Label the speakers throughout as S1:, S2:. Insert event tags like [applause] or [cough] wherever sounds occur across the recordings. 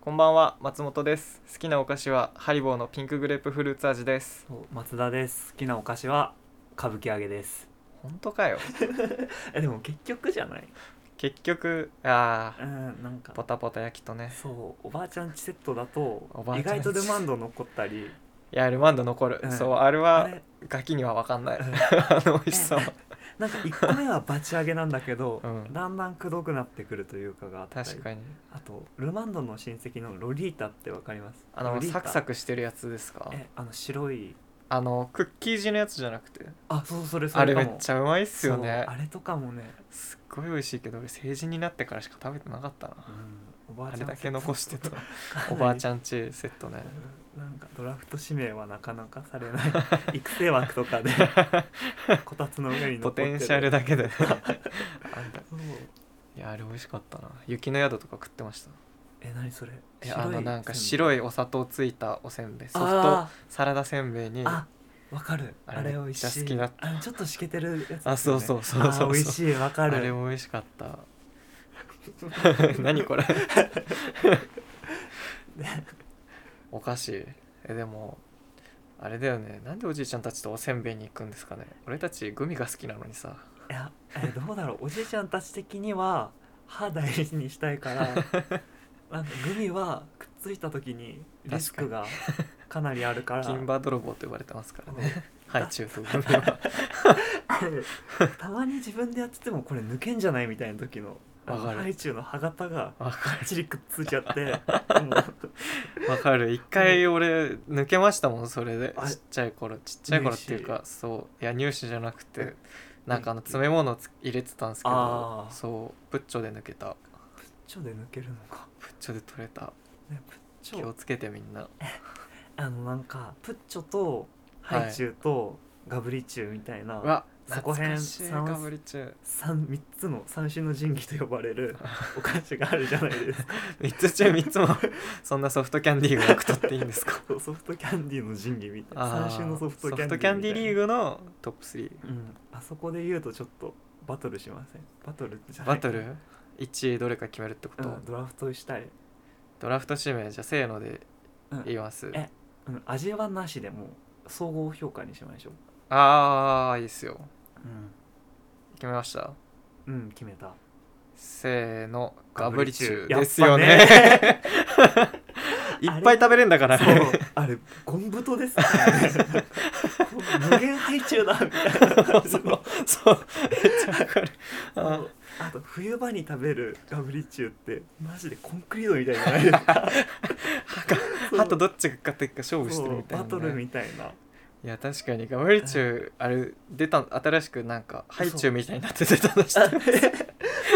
S1: こんばんは松本です好きなお菓子はハリボーのピンクグレープフルーツ味です
S2: お松田です好きなお菓子は歌舞伎揚げです
S1: 本当かよ
S2: えでも結局じゃない
S1: 結局あ
S2: う
S1: ー
S2: んなんか
S1: ポタポタ焼きとね
S2: そうおばあちゃんちセットだと
S1: おばあ
S2: 意
S1: ちゃん
S2: 外
S1: ち
S2: とデマンド残ったり
S1: いやルマンド残る、
S2: うん
S1: そうあれ
S2: あ
S1: は
S2: れ
S1: ガキには分かんない
S2: うん
S1: あの美味しさは
S2: なんか1個目はバチ揚げなんだけど、
S1: うん
S2: だんだんくどくなってくるというかがあったり
S1: 確かに
S2: あとルマンドの親戚のロリータってわかります
S1: あ
S2: ロ
S1: の
S2: リー
S1: サ
S2: タ
S1: クサクしてるやつですか
S2: えあの白い
S1: あのクッキー地のやつじゃなくて
S2: あそうそれそ
S1: あ
S2: れ
S1: れ
S2: か
S1: め
S2: も
S1: っちゃうまいっすよね
S2: そうあれとかもね、
S1: すっごい美味しいけど俺成人になってからしか食べてなかったな
S2: うん、おばあ
S1: あ
S2: ち
S1: れ
S2: ゃん
S1: だけ残してたお
S2: お
S1: ば
S2: ば
S1: あ
S2: あ
S1: ちゃんちセットね
S2: なんかドラフト指名はなかなかされない育成枠と
S1: [laughs]
S2: かでこたつの上に残
S1: ポ
S2: ってる
S1: テンシャルだけ
S2: [laughs]
S1: でねあんた
S2: そう
S1: いやあれ美味しかったな雪の宿とか食ってました
S2: え何それ
S1: えあのなんか白
S2: い
S1: いお砂糖ついたおせんべい
S2: せ
S1: ソ
S2: ん
S1: フ
S2: べい
S1: ト
S2: あ
S1: サラダせんべいに
S2: ーあわかる
S1: あ
S2: あ
S1: れ
S2: れ美味しい
S1: めっちゃ好きだった
S2: あのちょっとしけてるやつですよね、
S1: あそうそうそうそうそう
S2: あー美味しいわか
S1: あ
S2: る
S1: れも美味しかった
S2: [laughs]
S1: 何これお菓子えでもあれだよねなんでおじいちゃんたちとおせんべいに行くんですかね俺たちグミが好きなのにさ
S2: いやえどうだろうおじいちゃんたち的には歯大事にしたいから
S1: [laughs]
S2: なんかグミはくっついた時にリスクがかなりあるから
S1: [laughs] 金馬泥棒と呼ばれてますからねハイチュウとグミ
S2: [laughs]
S1: は
S2: うんたまに自分でやっててもこれ抜けんじゃないみたいな時のあの
S1: わかる
S2: ハイチュウの歯型が
S1: わか
S2: ばっちりくっついちゃって
S1: [laughs]
S2: もう
S1: るわかる一回俺抜けましたもんそれで
S2: あ
S1: ちっちゃい頃ちっちゃい頃っていうかそういや乳歯じゃなくてなんかあの詰め物つ入れてたんですけど
S2: あー
S1: そうプッチョで抜けた
S2: ちょで抜けるのか
S1: プッチョで取れた
S2: ねプッチ
S1: 気を
S2: ョ
S1: つけてみんな
S2: あのなんかプッチョと
S1: はい
S2: ハイチュウとガブリチュウみたいな、
S1: うわ
S2: そこへ
S1: 懐
S2: ん
S1: かしい
S2: 三
S1: かぶり中
S2: 三3つの三種の神器と呼ば
S1: [laughs]
S2: れるお菓子があるじゃないですか
S1: 3つ中3つも [laughs] そんなソフトキャンディーが多く取っていいんですか
S2: そうソフトキャンディーの神器みたい
S1: あ
S2: な
S1: ー
S2: [laughs] 三種のソフトキャンディーみたいな
S1: リーグのトップ3
S2: うん、あそこで言うとちょっとバトルしませんバトルじゃな
S1: [laughs]
S2: い
S1: バトル1位どれか決めるってこ
S2: う
S1: と、
S2: ん、ドラフトしたい、
S1: ドラフト指名じゃあせーので
S2: うん
S1: 言います、
S2: えうん、味はなしでもう総合評価にしましょう
S1: ああいいっすよ決めました
S2: うん、うん、決めた
S1: せーのガブリチュウ
S2: ガブ
S1: で
S2: リ
S1: す
S2: チュ
S1: よ
S2: ウ
S1: ね
S2: やっ
S1: [laughs]
S2: ぱ
S1: いっぱい食べれんだから
S2: そうあれゴンブトで
S1: [laughs]
S2: すからね無限配中だみたいな
S1: [laughs] そうそうめっちゃわかるあー
S2: あと冬場に食べるガブリチュウってマジでコンクリートみたいじゃないですかそう
S1: 歯とどっちが勝ってるか勝負してるみたいな、
S2: そうバトルみたいない
S1: や確かにガムリチュウあれ出た新しくなんかハイチュウみたいになって出たのして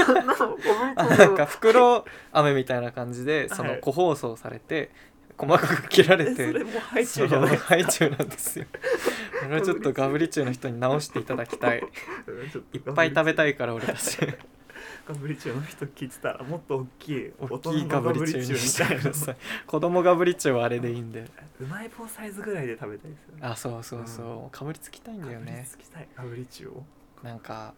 S2: そんなのゴム
S1: あ
S2: ゴ
S1: [laughs]
S2: ム
S1: なんか袋飴みたいな感じで
S2: い
S1: その個包装されて細かく切られ
S2: えそ
S1: て
S2: れもう配中じゃない
S1: そうハイチュウなんですよあれはちょっとガブリチュウの人に直していただきたいいっぱい食べたいから俺たち
S2: [laughs] ガブリチュウの人聞いてたらもっと大きい
S1: 大きいガブリチュウにして
S2: 大人のガブ
S1: く
S2: リチ
S1: だ
S2: ュウみた
S1: さ
S2: い
S1: い子供ガブリチュウはあれでいいんで
S2: なうまい棒サイズぐらいで食べたいですよね
S1: あそうそうそう、かぶりつきたいんだよ
S2: かぶり
S1: ね
S2: つきたいガブリチュウを
S1: なんか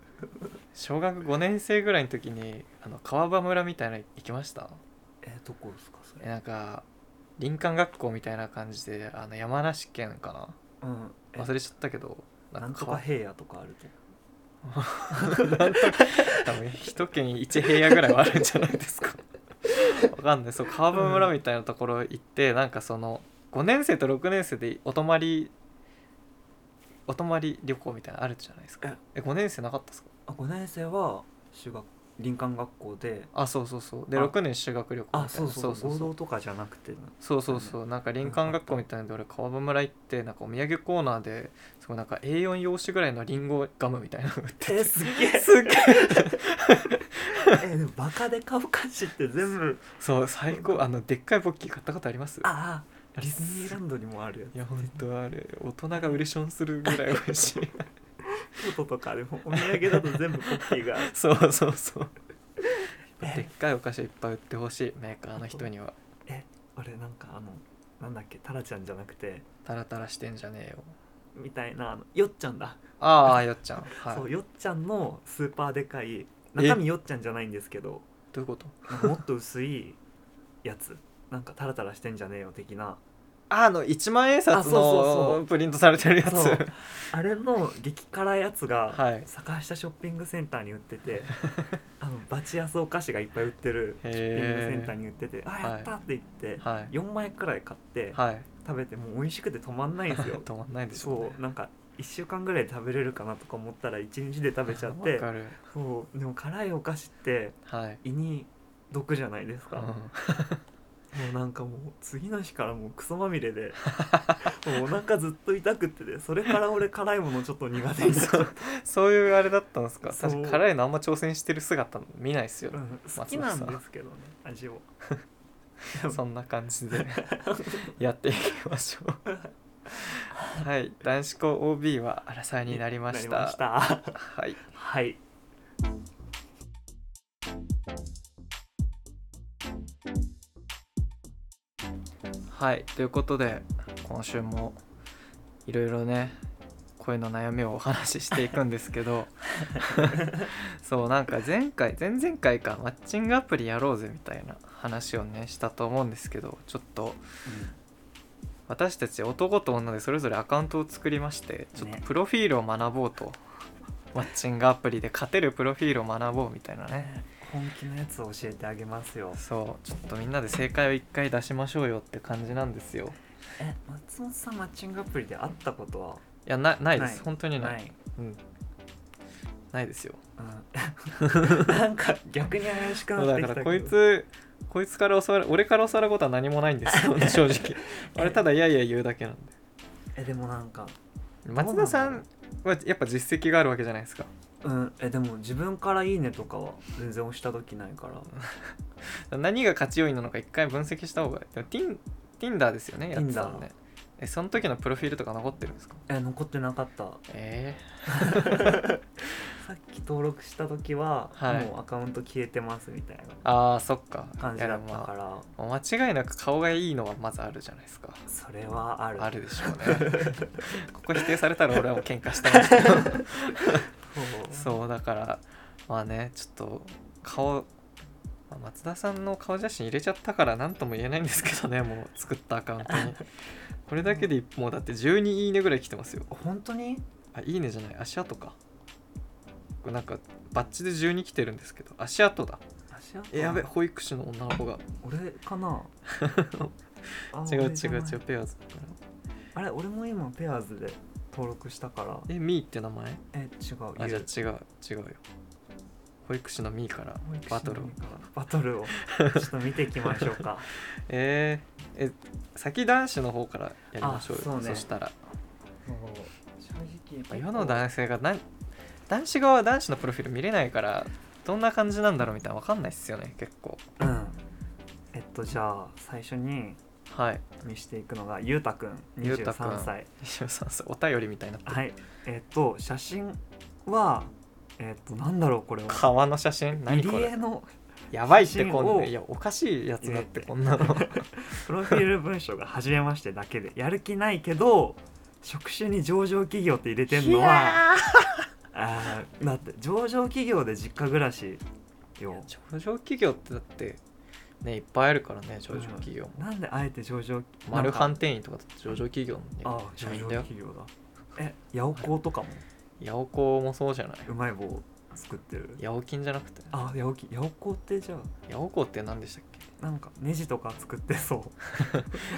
S1: 小学5年生ぐらいの時にあの川場村みたいなの行きました
S2: えー、どこですかそ
S1: え
S2: れ
S1: なんか林間学校みたいな感じであの山梨県か
S2: うんえ
S1: な忘れちゃったけど
S2: なんと
S1: 川
S2: か平野とかあると
S1: 多分一県一平野ぐらいはあるんじゃないですかわかんないそう川場村みたいなところ行って、なんかその5年生と6年生でお泊まりお泊まり旅行みたいなのあるじゃないですかえ5年生なかったですか
S2: あ5年生は修学林間学校で
S1: あそうそうそうで
S2: あ
S1: 6年修学旅行みたいな
S2: あそうそう
S1: そうそうそう
S2: 合同とかじゃなくてな
S1: そうそうそうなんか林間学校みたいなので俺川場村行ってなんかお土産コーナーですごいなんか A4 用紙ぐらいのリンゴガムみたいなの売ってて
S2: えすっげえ
S1: すっげえ
S2: えでもバカで株価値って全部
S1: そう最高あのでっかいポッキー買ったことあります
S2: ああディズニーランドにもあるや
S1: いやほんとあれ大人がうれしょんするぐらい美味しい
S2: つ京都とかでもお土産だと全部ポッ
S1: [laughs]
S2: キーが
S1: [laughs] そうそうそう [laughs]
S2: え
S1: でっかいお菓子いっぱい売ってほしいメーカーの人には
S2: え俺なんかあのなんだっけタラちゃんじゃなくて
S1: タラタラしてんじゃねえよ
S2: みたいなあのよっちゃんだ、
S1: ああよっちゃ [laughs] んはい
S2: そう
S1: ど
S2: よっちゃんのスーパーでかい中身よっちゃんじゃないんですけど
S1: ういうこと
S2: なんかもっと薄いやつなんかタラタラしてんじゃねえよ的な
S1: あの1万円
S2: あ
S1: 札
S2: そうそうそ
S1: のプリントされてるやつ
S2: そうあれの激辛やつが、
S1: [laughs] はい
S2: 坂下ショッピングセンターに売って
S1: [laughs]
S2: てあのバチ安お菓子がいっぱい売ってるショッピングセンターに売ってて「あやった!」って言って、
S1: はい
S2: 4枚くらい買って
S1: はい
S2: 食べてもう美味しくて止まんないんですよ
S1: [laughs] 止まんないでしょうね
S2: そうなんか1週間ぐらいで食べれるかなとか思ったら1日で食べちゃっ
S1: わ
S2: て
S1: かる
S2: そうでも辛いお菓子って
S1: はい、
S2: 胃に毒じゃないです
S1: う
S2: か、
S1: ん、
S2: もうなんかもう次の日からもうクソまみ
S1: [laughs]
S2: れでもうお腹ずっと痛くっててそれから俺辛いものちょっと苦手になっちゃっ
S1: [laughs] そういうあれだったんですか
S2: そう
S1: 確か辛いのあんま挑戦してる姿見ないっすよ
S2: た、う
S1: ね、
S2: ん好きなんですけどね味を
S1: [laughs] そんな感じ
S2: [laughs]
S1: でやっていきましょうはい男子校 OB は荒沢になりました
S2: なりました
S1: はい
S2: はい
S1: はいということで今週もいろいろね声の悩みをお話ししていくんですけ
S2: [laughs]
S1: どそうなんか前回前々回かマッチングアプリやろうぜみたいな話をねしたと思うんですけどちょっと私たち男と女でそれぞれアカウントを作りましてちょっと
S2: ね
S1: プロフィールを学ぼうと、マッチングアプリで勝てるプロフィールを学ぼうみたいなね
S2: 本気のやつを教えてあげますよ
S1: そうちょっとみんなで正解を一回出しましょうよって感じなんですよ
S2: え松本さんマッチングアプリで会ったことはい
S1: やなないです
S2: ない
S1: 本当にない
S2: ない、
S1: うん、ないですよ [laughs]
S2: うん、なんか逆に怪しく
S1: そうだ
S2: なって
S1: か
S2: き
S1: ら
S2: たけど
S1: こいつこいつから教わる俺から教わることは何もないんです
S2: [laughs]
S1: よ正直俺ただいやいや言うだけなん
S2: えでもなんか
S1: で松田さ
S2: どうなん
S1: んはやっぱ実績があるわけじゃないですか
S2: うん、えでも自分から「いいね」とかは全然押した時ないから
S1: 何が勝ち要因なのか一回分析した方がいいでもティン Tinder ですよねやってたのねえその時のプロフィールとか残ってるんですか
S2: え残ってなかった
S1: え
S2: さっき登録した時は、
S1: はい
S2: もうアカウント消えてますみたい
S1: ー、あーそっか
S2: な感じだった
S1: いや
S2: から、
S1: でもまあ間違いなく顔がいいのはまずあるじゃないですか
S2: それはある
S1: あるでしょう
S2: [laughs]
S1: ねここ否定されたら俺はもう喧嘩してましたけど
S2: [laughs] そう
S1: そうだからまあねちょっと顔まあ松田さんの顔写真入れちゃったから何とも言えないんですけどねもう作ったアカウントにこれだけでもうだって12いいねぐらい来てますよ
S2: 本当に
S1: あいいねじゃない足跡かこれなんかバッチで12来てるんですけど足跡だ
S2: 足跡
S1: えやべ保育士の女の子が
S2: 俺
S1: [laughs]
S2: かなあ
S1: 違う違
S2: 俺じゃ
S1: う
S2: ない
S1: 違うペアーズ
S2: あれ俺も今ペアーズで登録したから
S1: えミーって名前
S2: え違う
S1: あ
S2: ゆ
S1: じゃ
S2: う
S1: あ違う違うよ保育士のミーから
S2: 保育士の
S1: バトルを
S2: バ
S1: [laughs]
S2: トルをちょっと見ていきましょうか
S1: えー、え先男子の方からやりましょうよ
S2: あそうね
S1: そしたら
S2: そう正直
S1: 世の男性がなん男子側は男子のプロフィール見れないからどんな感じなんだろうみたいなの分かんないっすよね結構
S2: うんえっとじゃあ最初に
S1: はい
S2: 見していくのがゆうたくん
S1: ゆうたくん
S2: 23歳
S1: 23歳お便りみたいになってる
S2: はいえっと写真はえっとなんだろうこれは
S1: 川の写真何こ
S2: 入
S1: れ
S2: 江の
S1: やばいってこ
S2: 写
S1: ん
S2: 真
S1: な
S2: を
S1: いやおかしいやつだって
S2: 入れて
S1: こんなの
S2: プロフィール文章が「初めまして」だけでやる気ないけど職種に上場企業って入れてんの
S1: い
S2: は
S1: や
S2: あーだって上場企業で実家暮らしよ
S1: ー上場企業ってだってねいっぱいあるからね上場企業も、
S2: なんであえて上場
S1: マルハン
S2: なんか
S1: 店員とかだって上場企業の
S2: あ
S1: ね
S2: あ
S1: 社
S2: 上
S1: 員
S2: 場
S1: だよ
S2: 企業だえ八百幸とかも
S1: 八百子もそうじゃないう
S2: まい棒作ってる
S1: 八百金じゃなくて
S2: あ八百き八百幸ってじゃあ
S1: 八百子って何でしたっけ
S2: なんかネジとか作ってそ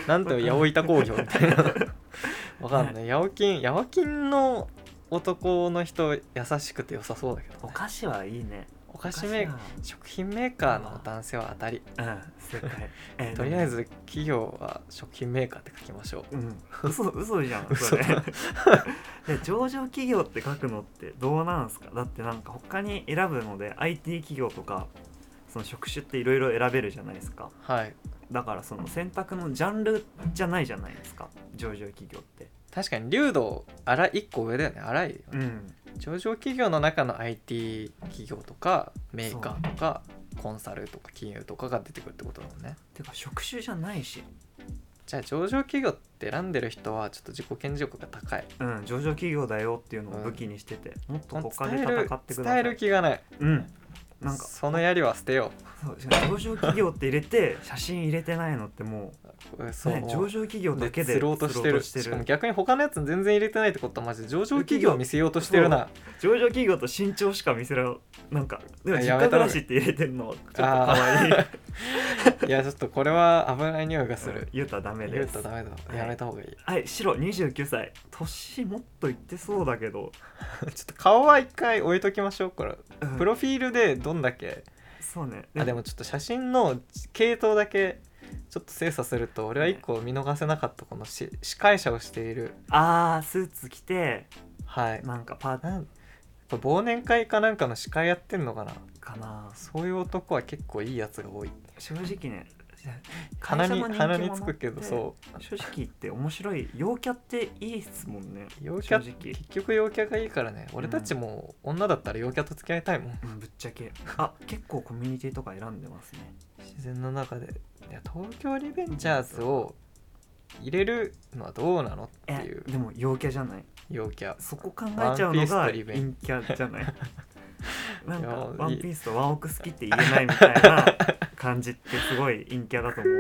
S2: う
S1: なんと八百板工業みたいな
S2: [laughs]
S1: わかんない八百金八百金の男の人優しくて良さそうだけど、
S2: お
S1: ね、
S2: 菓子はいいね
S1: お菓子メーカー食品メーカーの男性は当たり
S2: ーうん正解、え
S1: [laughs]
S2: ー
S1: とりあえ
S2: で
S1: ず企業は食品メーカーって書きましょう
S2: もうん
S1: [laughs]
S2: 嘘嘘じゃんそれ [laughs]
S1: 嘘
S2: で上場企業って書くのってどうなんすかだってなんか他に選ぶので IT 企業とかその職種っていろいろ選べるじゃないですか
S1: はい
S2: だからその選択のジャンルじゃないじゃないですか上場企業って
S1: 確かに流動荒い1個上だよね荒いよね
S2: うん
S1: 上場企業の中の IT 企業とかメーカーとかコンサルとか金融とかが出てくるってことだもんね
S2: てか職種じゃないし
S1: じゃあ上場企業って選んでる人はちょっと自己顕示欲が高い
S2: うん上場企業だよっていうのを武器にしてて、もっと他で
S1: 伝える
S2: 戦ってくだ
S1: 伝
S2: さ
S1: え
S2: い
S1: る気がない
S2: うんなんか
S1: そのやりは捨てよ
S2: そう上場企業って入れて写真入れてないのっても
S1: う
S2: う、
S1: そう、
S2: ね、上場企業だけで
S1: 釣ろうとしてる
S2: 釣ろうと
S1: しかも逆に他のやつ全然入れてないってことはマジで上場企業を見せようとしてるな
S2: 上場企業と身長しか見せられなんかでも実
S1: や
S2: 家
S1: めた
S2: 暮
S1: ろ
S2: らしって入れてるのはちょっと可愛い
S1: いやちょっとこれは危ない匂いがす
S2: うん
S1: る
S2: 言うたらダメ
S1: 言
S2: で
S1: う
S2: す
S1: とダメだ
S2: はい
S1: やめた方がいい
S2: はい白29歳年もっといってそうだけど、
S1: [laughs] ちょっと顔は一回置いときましょうこれ
S2: うん
S1: プロフィールでどんだけ
S2: そうね
S1: あでもちょっと写真の系統だけちょっと精査すると俺は一個見逃せなかったこのし司会者をしている
S2: あースーツ着て
S1: はい
S2: なんかパーテ
S1: なんこれ忘年会かなんかの司会やってんのかな
S2: ィーかな
S1: そういう男は結構いいやつが多い
S2: 正直ね
S1: 鼻に
S2: 会社の
S1: 鼻
S2: 人気者
S1: につくけど
S2: って
S1: そう
S2: 正直言って面白い陽キャっていいっすもんね
S1: 陽キャ
S2: 正直
S1: 結局陽キャがいいからね俺たちも女だったら陽キャと付き合いたいもん、
S2: うんぶっちゃけあ結構コミュニティとか選んでますね
S1: 自然の中でいや東京リベンジャーズを入れるのはどうなのってい
S2: え
S1: う
S2: でも陽キャじゃない
S1: 陽キ [laughs] ャ
S2: そこ考えちゃう
S1: ワンピ
S2: のが
S1: ースとリ
S2: 陰
S1: ベン
S2: キャじゃない
S1: [laughs]
S2: なんか
S1: いや
S2: 「ワンピースと「ワンオク好き」って言えないみたい
S1: [laughs]
S2: な感じってすごい陰キャだと思う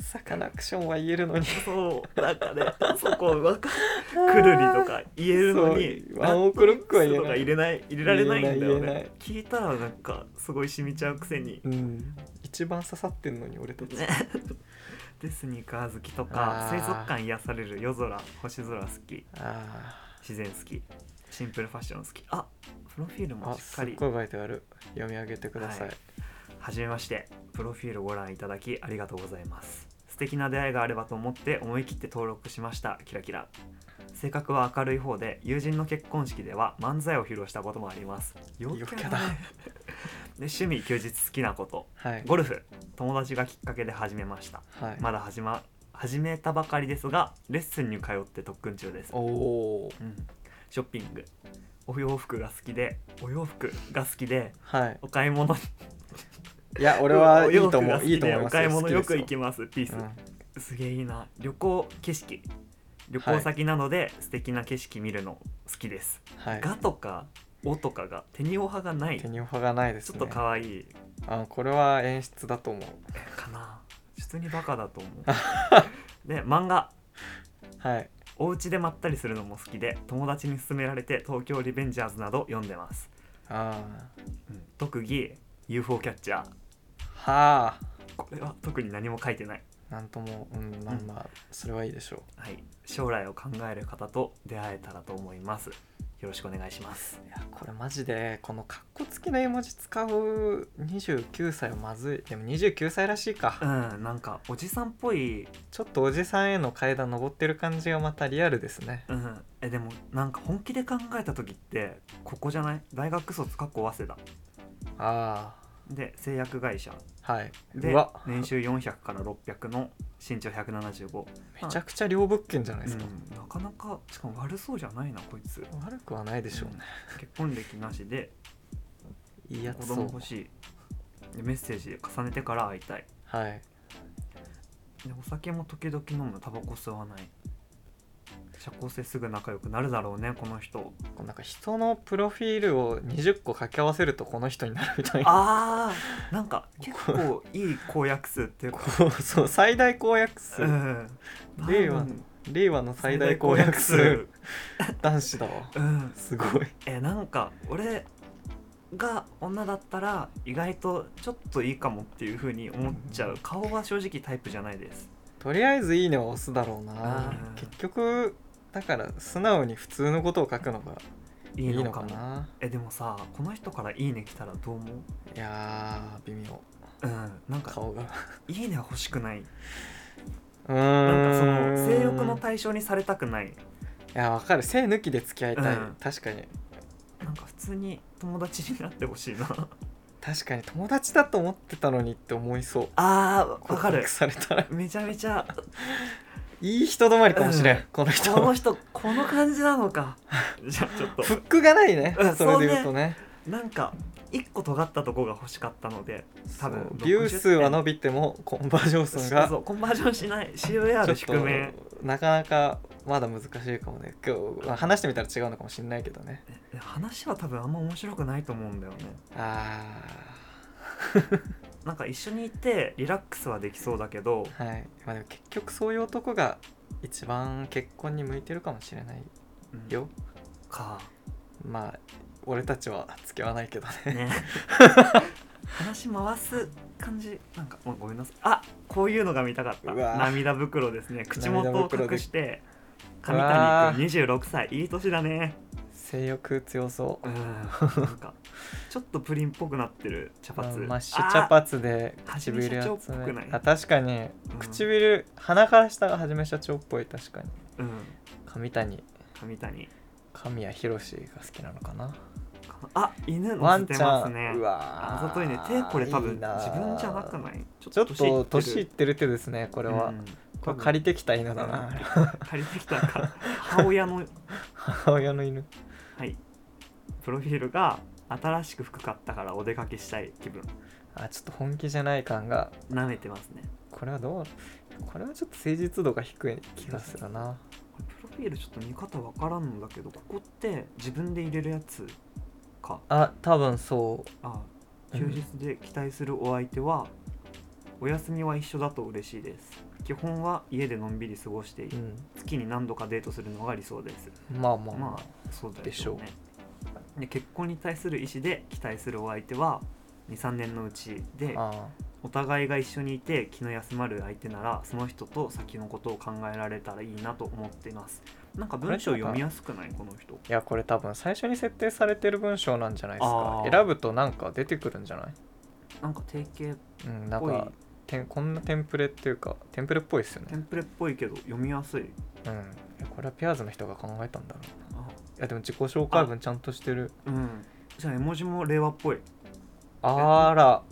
S1: サカナクションは言えるのに
S2: そうなんかねそこわかくるりとか言えるのに
S1: そうワンオクロックは言えない
S2: なんとか入れない入れられないんだよ
S1: 言えない言え
S2: ね
S1: ない
S2: 聞いたらなんかすごい染みちゃうくせに
S1: うん一番刺さってんのに俺たち
S2: ねでスニーカー好きと
S1: あ
S2: か
S1: ー
S2: 水族館癒される夜空星空好き
S1: あ
S2: 自然好きシンプルファッション好きあプロフィール
S1: ーあ
S2: もしっ
S1: す
S2: か
S1: っ
S2: り
S1: ごい書いてある読み上げてください、
S2: はいはじめましてプロフィールをご覧いただきありがとうございます素敵な出会いがあればと思って思い切って登録しましたキラキラ性格は明るい方で友人の結婚式では漫才を披露したこともあります陽
S1: キャだ
S2: キャ [laughs] だねで趣味休日好きなこと
S1: はい
S2: ゴルフ友達がきっかけで始めました
S1: はい、
S2: まだ始ま始めたばかりですがレッスンに通って特訓中です
S1: おおー
S2: うん、ショッピングお洋服が好きでお洋服が好きで
S1: はい
S2: お買い物
S1: いや俺はい
S2: お
S1: いと
S2: 洋服
S1: 思
S2: が
S1: ういいと思い
S2: お
S1: ます
S2: 買い物よく行き
S1: ま
S2: ますピース、すげえいいな旅行景色旅
S1: は
S2: 行
S1: い
S2: 先なので、素敵な景色見るの好きです、
S1: はい
S2: がとかおとかが手にお派がない
S1: 手
S2: ち
S1: に負がないです
S2: ょっ
S1: ね
S2: と可愛い
S1: あこれは演出だと思う
S2: かな普通にバカだと思
S1: [laughs]
S2: うで漫画
S1: はい
S2: お家でまったりするのも好きで友達に勧められて「東京リベンジャーズ」など読んでます、
S1: あ
S2: うん特技 UFO キャッチャー
S1: ーはあ
S2: これは特に何も書いてない、
S1: なんともうんまあまあそれはいいでしょ
S2: はい、将来を考える方と出会えたらと思いますよろしくお願いします
S1: ういやこれマジでこのカッコつきの絵文字使う29歳はまずいでも29歳らしいか、
S2: うんなんかおじさんっぽい、
S1: ちょっとおじさんへの階段登ってる感じがまたリアルですね
S2: うん、えでもなんか本気で考えた時ってここじゃない大学卒かっこ早稲田
S1: あ
S2: で製薬会社
S1: あはい
S2: で
S1: うわ
S2: 年収400から600の身長175、
S1: めちゃくちゃ両物件じゃないです
S2: う
S1: か、
S2: ん、なかなかしかも悪そうじゃないなこいつ
S1: 悪くはないでしょうね、
S2: 結婚歴なしで
S1: いいや
S2: 子
S1: つそ
S2: 供
S1: う
S2: 欲しいでメッセージ重ねてから会いたい
S1: はい
S2: でお酒も時々飲むタバコ吸わない社交性すぐ仲良くなるだろうねこの人
S1: こうなんか人のプロフィールを20個掛け合わせるとこの人になるみたいな
S2: あーなんか結構いい公約数っていうか、
S1: [laughs] こうそう最大公約数、
S2: うん、
S1: 令和
S2: 多分
S1: 令和の最大公約数、男子だわ
S2: うん、
S1: すごい
S2: えなんか俺が女だったら意外とちょっといいかもっていう風に思っちゃう顔は正直タイプじゃないです
S1: とりあえず「いいね」を押すだろうな
S2: うん
S1: 結局だから素直に普通のことを書くのが
S2: い
S1: い
S2: い
S1: い
S2: の
S1: の
S2: か
S1: か
S2: も
S1: な
S2: えでもさこの人から「いいね」来たらどう思う
S1: いやー微妙
S2: うんなんか
S1: 顔が
S2: 「いいね」は欲しくないう
S1: ー
S2: なんかそ
S1: ん
S2: の性欲の対象にされたくない
S1: いやわかる性抜きで付き合いたい、
S2: うん
S1: 確かに
S2: なんか普通に友達になってほしいな
S1: 確かに友達だと思ってたのにって思いそう
S2: あーわか
S1: 告
S2: る
S1: 白されたら
S2: めちゃめちゃ
S1: いい人止まりかもしれん、
S2: うん
S1: この人
S2: この人この感じなのか [laughs] じゃあちょっ
S1: フ
S2: と
S1: ックがないね、
S2: うん
S1: それで言うとね
S2: なんか一個尖ったとこが欲しかったので多分
S1: そうビュー数は伸
S2: び
S1: びてもコンバージョン数が
S2: そうコンバージョンしない COR
S1: ちょっ
S2: 低め
S1: となかなかまだ難しいかもね今日まあ話してみたら違うのかもしれないけどね
S2: え話は多分あんま面白くないと思うんだよね
S1: あ
S2: なんか一緒にいてリラックスはできそうだけど
S1: あはい、まあ、でも結局そういう男が一番結婚に向いてるかもしれない
S2: うん
S1: よ
S2: か
S1: まあ俺たちは付き合わないけどね
S2: ね話回す感じなんか、まあごめんなさいあこういうのが見たかった
S1: うわ
S2: 涙袋ですね口元を隠して上
S1: うわ
S2: 谷君26歳いい年だね
S1: 性欲強そ
S2: うんなんかちょっとプリンっぽくなってる茶
S1: う、
S2: 髪
S1: うんマッシュ茶髪で
S2: あー
S1: 唇集
S2: はじめしゃちょっぽくな
S1: め
S2: い
S1: あ確かに
S2: あー
S1: 唇、鼻から下がはじめしゃちょっぽい確かに
S2: うん、うん
S1: 上谷
S2: 上谷
S1: 神谷博史が好きなのかな
S2: かなあ犬
S1: ワ
S2: 乗せ
S1: ン
S2: て
S1: ち
S2: ます
S1: ゃん、
S2: ね
S1: うわ
S2: あ
S1: ー
S2: ざといね手これ多分
S1: いいなー
S2: 自分じゃなくないちょ
S1: ちょっと年い
S2: い
S1: っててる手ですねこれ
S2: る
S1: は、
S2: うん
S1: これ借りてきた犬だ
S2: う
S1: な、 [laughs]
S2: ん借りてきたから母親の
S1: 母親の犬
S2: はいプロフィールが新しく服買ったからお出かけしたい気分
S1: あちょっと本気じゃない感が
S2: 舐めてますね
S1: これはどうこれはちょっと誠実度が低い気がするな
S2: これプロフィールちょっと見方わからんんだけどここって自分で入れるやつか
S1: あ多分そ
S2: あ
S1: う
S2: 休日で期待するお相手は、お休みは一緒だと嬉しいです基本は家でのんびり過ごしてい、
S1: う、うん、
S2: 月に何度かデートするのが理想です
S1: まあまあ
S2: ま
S1: ま
S2: あそうだしょうねで結婚に対する意思で期待するお相手は23年のうちで
S1: あ、あ
S2: お互いが一緒にいて気の休まる相手ならその人と先のことを考えられたらいいなと思っていますなんか文章読みやすくないこの人
S1: いやこれ多分最初に設定されてる文章なんじゃないです
S2: あ
S1: か
S2: ー
S1: 選ぶとなんか出てくるんじゃない
S2: なんか定型
S1: うんな
S2: っ
S1: ん
S2: ぽい
S1: かてんこんなテンプレっていうかテンプレっぽいですよ
S2: テ
S1: ね
S2: ンプレっぽいけど読みやすい
S1: うんいやこれはペアーズの人が考えたんだろう
S2: あ
S1: ないやでも自己紹介文ちゃんとしてる
S2: うんじゃあ絵文字も令和っぽい
S1: あら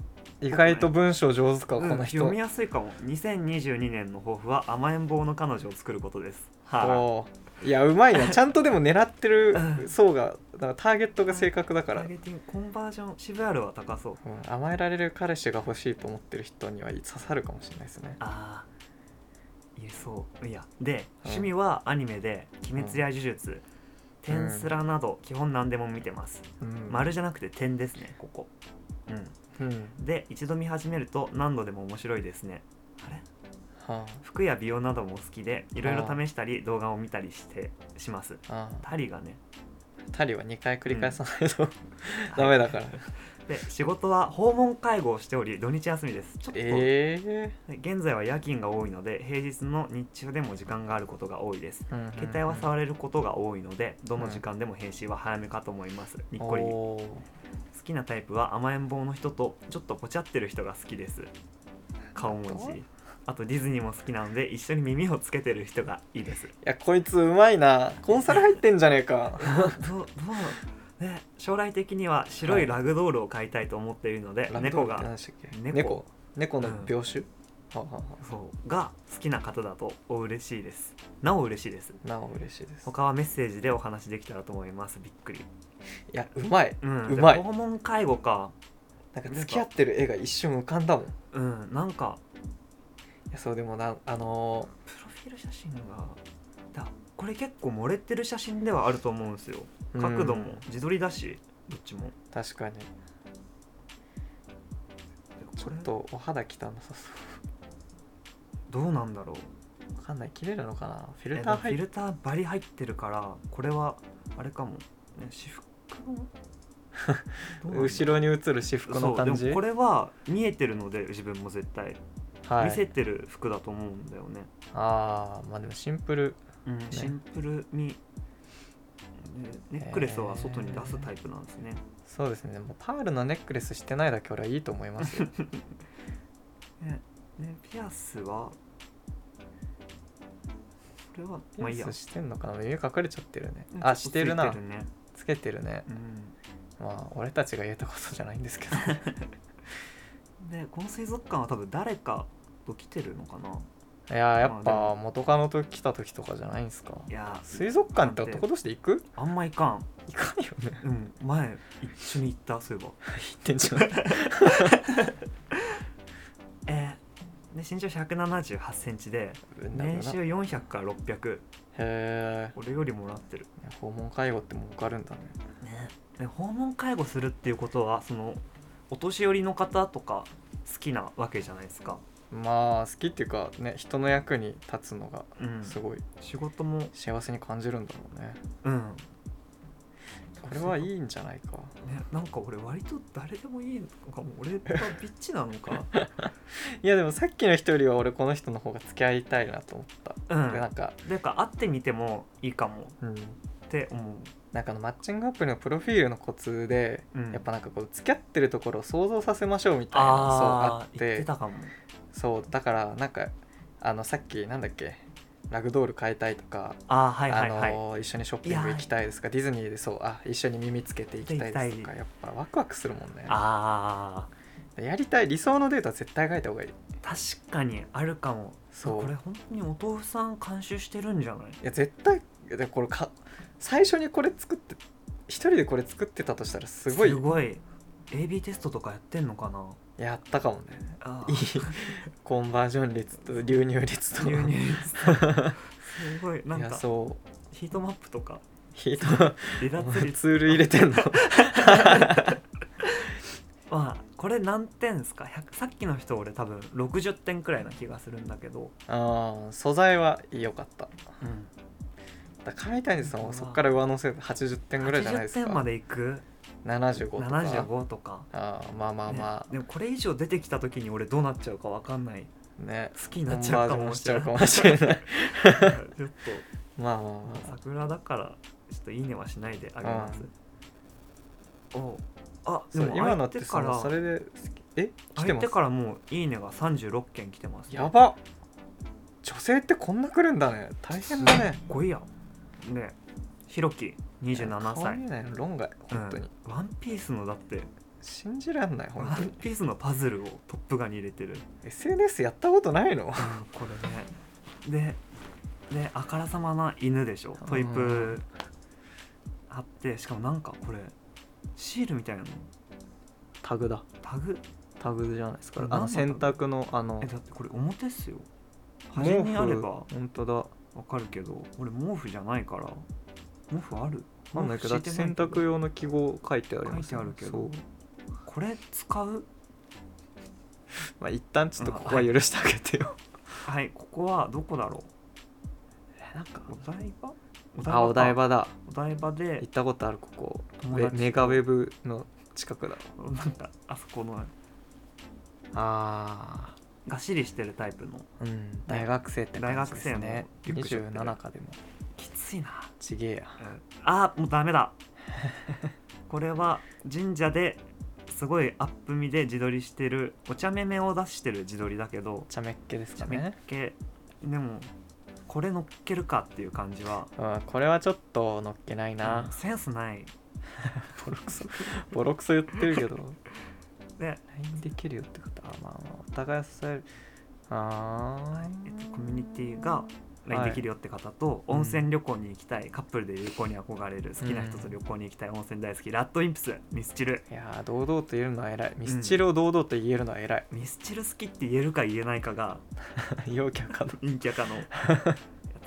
S1: 意外と文章上手か
S2: うん
S1: この人、
S2: 読みやすいかも2022年の抱負は甘えん坊の彼女を作ることですは
S1: おーいやうまいなちゃんとでも狙ってる
S2: うん
S1: 層がだからターゲットが正確だ
S2: あ
S1: か
S2: タ
S1: ら、う
S2: ー
S1: ん
S2: ゲ、ティングコンバージョン CVR は高そう
S1: 甘えられる彼氏が欲しいと思ってる人には刺さるかもしれないですね
S2: ああいやそういやで、
S1: うん
S2: 趣味はアニメで「鬼滅や呪術」点すらなど基本何でも見てます、
S1: うん
S2: 丸じゃなくて点ですねここ
S1: うん
S2: うんで一度見始めると何度でも面白いですねあれ
S1: は
S2: 服や美容なども好きでいろいろ試したり動画を見たりしてします
S1: ああ
S2: タリがね
S1: あタリは2回繰り返さない
S2: [laughs]
S1: と、 [laughs] ダメだから
S2: で仕事は訪問介護をしており土日休みですちょっと、
S1: ええ
S2: で現在は夜勤が多いので平日の日中でも時間があることが多いです
S1: うんうんうん
S2: 携帯は触れることが多いのでどの時間でも返信は早めかと思います、にっこり好
S1: おー
S2: きなタイプは甘えん坊の人とちょっとぽちゃってる人が好きです顔文
S1: 本
S2: 字あとディズニーも好きなので一緒に耳をつけてる人がい
S1: [laughs]
S2: いです
S1: いやこいつうまいなコンサル入ってんじゃねえか
S2: どうどうね将来的には白いラグドールを飼いたいと思っているので、猫
S1: ランドールって何
S2: が
S1: でしたっけ
S2: 猫
S1: 猫猫の病種、はあは
S2: そうが好きな方だとお嬉しいですなお嬉しいです
S1: あなお嬉しいです
S2: 他はメッセージでお話できたらと思いますびっくり、
S1: いやうまい
S2: うん、
S1: うまい
S2: で訪問介護か
S1: なんか付き合ってる絵が一瞬浮かんだもんい
S2: うんなんか
S1: やそうでもなあの
S2: プロフィール写真がだこれ結構漏れてる写真ではあると思うんですよ
S1: ー
S2: 角度
S1: う
S2: も
S1: ん
S2: 自撮りだしどっちも
S1: 確かにちょ
S2: これ
S1: っとお肌汚さそ
S2: どうなんだろう
S1: うわかんない切れるのかなフィ
S2: え
S1: ル
S2: で
S1: ター
S2: もフ
S1: 入
S2: ィ
S1: っ
S2: ルターバリ入ってるからこれはあれかも、ね、私服
S1: [laughs]
S2: のどうなんだ
S1: 後ろに映る私服の感
S2: そうで
S1: じ
S2: もこれは見えてるので自分も絶対、
S1: は
S2: 見せ
S1: い
S2: てる服だと思うんだよね、
S1: ああまあでもシンプル
S2: うんシンプルにでネックレスは外に出すタイプなんですね、
S1: そうですねもうパールのネックレスしてないだけ俺はいいと思いますよ
S2: ねねピアスはこれは
S1: ピ
S2: [laughs] まあ
S1: ア
S2: いいや
S1: スしてんのかな耳隠れちゃってるね
S2: うん
S1: あ
S2: ちょ
S1: し
S2: っと
S1: てるな
S2: ついてるね
S1: つけてるね
S2: うん
S1: まあ俺たちが言えたことじゃないんですけど
S2: でこの水族館は多分誰かと来てるのかない
S1: やーやっ
S2: まあで
S1: ぱ元カノと来た時とかじゃないんすか
S2: いや
S1: 水族館って男同士で行く
S2: あんまいかん
S1: 行かんよ
S2: [laughs]
S1: ね
S2: うん前一緒に行ったそういえば
S1: 行ってんじゃない
S2: えーで身長1 7 8ンチで年収400から600
S1: へ
S2: 俺よりもらってる、
S1: え訪問介護って儲かるんだね
S2: ね、で訪問介護するっていうことはそのお年寄りの方とか好きなわけじゃないですか、
S1: まあ好きっていうかね人の役に立つのが
S2: うん、
S1: すごい
S2: 仕事も
S1: 幸せに感じるんだろうね
S2: うん
S1: これはいいんじゃないか
S2: ね、なんか俺割と誰でもいいのかも俺がビッチなのか
S1: [laughs] いやでもさっきの人よりは俺この人の方が付き合いたいなと思った、
S2: うん
S1: で
S2: な
S1: なんんか、
S2: か会ってみてもいいかも
S1: うん、
S2: って思
S1: なんかあのマッチングアプリのプロフィールのコツで、
S2: うん
S1: やっぱなんかこう付き合ってるところを想像させましょうみ
S2: う
S1: たいなそうあっ
S2: ー言って
S1: て
S2: たかも
S1: そうだからなんかあのさっきなんだっけラグドール買いたいとか、
S2: ああはいはいはい、
S1: あの一緒にショッピング行きたいですとかディズニーでそうあ一緒に耳つけて行きたいですと
S2: 行きた
S1: かやっぱワクワクするもんね
S2: あ
S1: やりたい理想のデータは絶対書いた方がいいい
S2: ー確かにあるかも
S1: そう
S2: これ本当にお豆腐さん監修してるんじゃない
S1: や絶対でこれか最初にこれ作って一人でこれ作ってたとしたらすごい
S2: すごい AB テストとかやってんのかな
S1: やったかもね
S2: あ
S1: いいコンバージョン率と流入率と
S2: 牛乳
S1: [laughs]
S2: すごいないん
S1: や
S2: か
S1: そう
S2: ヒートマップとか
S1: ヒート
S2: 離
S1: お
S2: 脱
S1: 前
S2: 率
S1: ツール入れてんの
S2: まあこれ何点ですか100さっきの人俺多分60点くらいな気がするんだけど、
S1: あー素材は良かった
S2: うん、
S1: だから上谷さんはそこから上乗せて80点ぐらいじゃないです
S2: 80点ま
S1: か
S2: でいく
S1: 75とか
S2: 75とか
S1: あーまあまあま
S2: ねでもこれ以上出てきた時に俺どうなっちゃうかわかんない
S1: あね
S2: 好きに
S1: コンバ
S2: なっち
S1: ー
S2: ゃう
S1: ジ
S2: か
S1: ョン
S2: も
S1: し
S2: し
S1: ちゃ
S2: れ
S1: う
S2: ない
S1: かもしれない
S2: ちょっと
S1: まあまあまあ
S2: 桜だからちょっといいねはしないであげます、おあで
S1: そう
S2: も
S1: 今の
S2: 相
S1: って
S2: 手
S1: そ
S2: か
S1: のそ
S2: ら
S1: れでえ来て
S2: 相
S1: ます
S2: 手からもう「いいね」が36件来てます、
S1: やば女性ってこんな来るんだね大変だね
S2: すっごいやねひろき27
S1: 可愛
S2: 歳
S1: いね論外本当に、
S2: うん、ワンピースのだって
S1: 信じらんない本
S2: ワ
S1: 当
S2: ン
S1: に
S2: ピースのパズルをトップガンに入れてる
S1: SNS やったことないの
S2: これねでであからさまな犬でしょトイプーあってしかもなんかこれシールみたいなの
S1: タグだ
S2: タグ
S1: タグじゃないです
S2: かあの洗
S1: 濯のあの
S2: えだってこれ表っすよ端にあれば
S1: 本当だ
S2: わかるけど俺毛布じゃないから毛布ある
S1: なんだっけどだって洗濯
S2: 用
S1: 用の記号書いてあります
S2: 書いてあるけど
S1: そう
S2: これ使う
S1: まあ一旦ちょっとここは許してあげてよ、
S2: はいここはどこだろ
S1: え [laughs] なんか
S2: うお台場
S1: あお台場だ
S2: お台場
S1: 行
S2: で
S1: ったことあるここ
S2: 友
S1: え
S2: 達と
S1: メガウェブの近くだ
S2: なんかあそこの
S1: あ
S2: がっしりしてるタイプの
S1: ーうん大学生って感じですね
S2: 大学生のリュック背負っ
S1: 27かでも
S2: きついな
S1: ちげえや
S2: あーもうダメ [laughs] だこれは神社ですごいアップ見で自撮りしてるお茶目目を出してる自撮りだけど
S1: ちゃめっ気です
S2: 茶
S1: か
S2: 目っ
S1: ね
S2: 気でもこれ乗っけるかっていう感じは
S1: うんこれはちょっと乗っけない
S2: うん
S1: な、
S2: センスない
S1: ボロクソ [laughs] ボロクソ言ってるけ [laughs] ど
S2: で
S1: LINE できるよってことあまあまあお互い支えるあー
S2: えっとコミュニティが
S1: はい
S2: LINE できるよって方と、
S1: うん
S2: 温泉旅行に行きたいカップルで旅行に憧れる好きな人と旅行に行きたい、温泉大好きラッドインプスミスチル
S1: いやー堂々と言えるのは偉いミスチルを堂々と言えるのは偉い、
S2: ミスチル好きって言えるか言えないかが
S1: [laughs] 陽キャかな
S2: 陰キャ化のや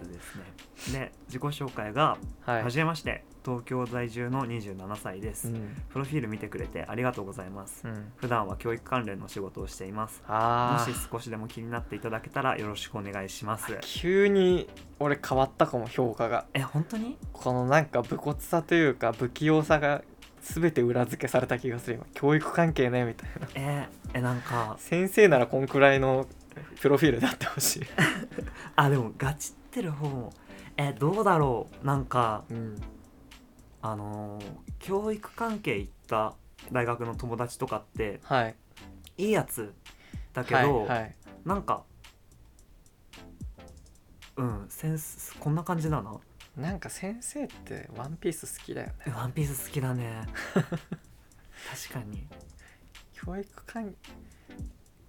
S2: つですねで自己紹介が
S1: はい、
S2: はじめまして、東京在住の27歳です、
S1: うん
S2: プロフィール見てくれてありがとうございます、
S1: うん、
S2: 普段は教育関連の仕事をしていますも
S1: あ
S2: し
S1: ー
S2: 少しでも気になっていただけたらよろしくお願いします
S1: 急に俺変わったかも評価が
S2: え本当に
S1: このなんか武骨さというか不器用さが全て裏付けされた気がする今教育関係ねみたい [laughs] な
S2: えーえなんか
S1: 先生ならこんくらいのプロフィールであってほしい、
S2: あでもガチってる方もえどうだろうなんか
S1: うん、
S2: あのー教育関係行った大学の友達とかって
S1: はい
S2: いいやつだけど、
S1: はいはい、
S2: なんかうんセンスこんな感じだな
S1: なんか先生ってワンピース好きだよね
S2: ワンピース好きだね
S1: [laughs]
S2: 確かに
S1: 教育関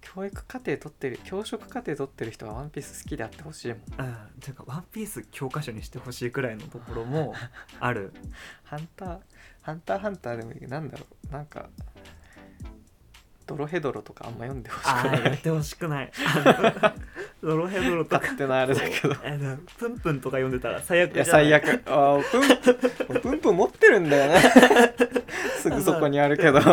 S1: 教育課程取ってる教職課程取ってる人はワンピース好きであってほしいもん
S2: うんていうか「ワンピース教科書にしてほしいくらいのとこ
S1: [laughs]
S2: ろもある
S1: ハンターハンターハンターでもいいけどなんだろうなんかドロヘドロとかあんま読んでほしく
S2: あ
S1: な
S2: ーやっ
S1: い
S2: てほしくないあの [laughs] ドロヘドロロとか
S1: 勝手なあれだけど
S2: あのプンプンとか読んでたら最悪
S1: い
S2: じゃ
S1: や
S2: ない
S1: 最悪あープンプンプン持ってるんだよ
S2: [laughs]
S1: ねすぐそこにあるけど、
S2: い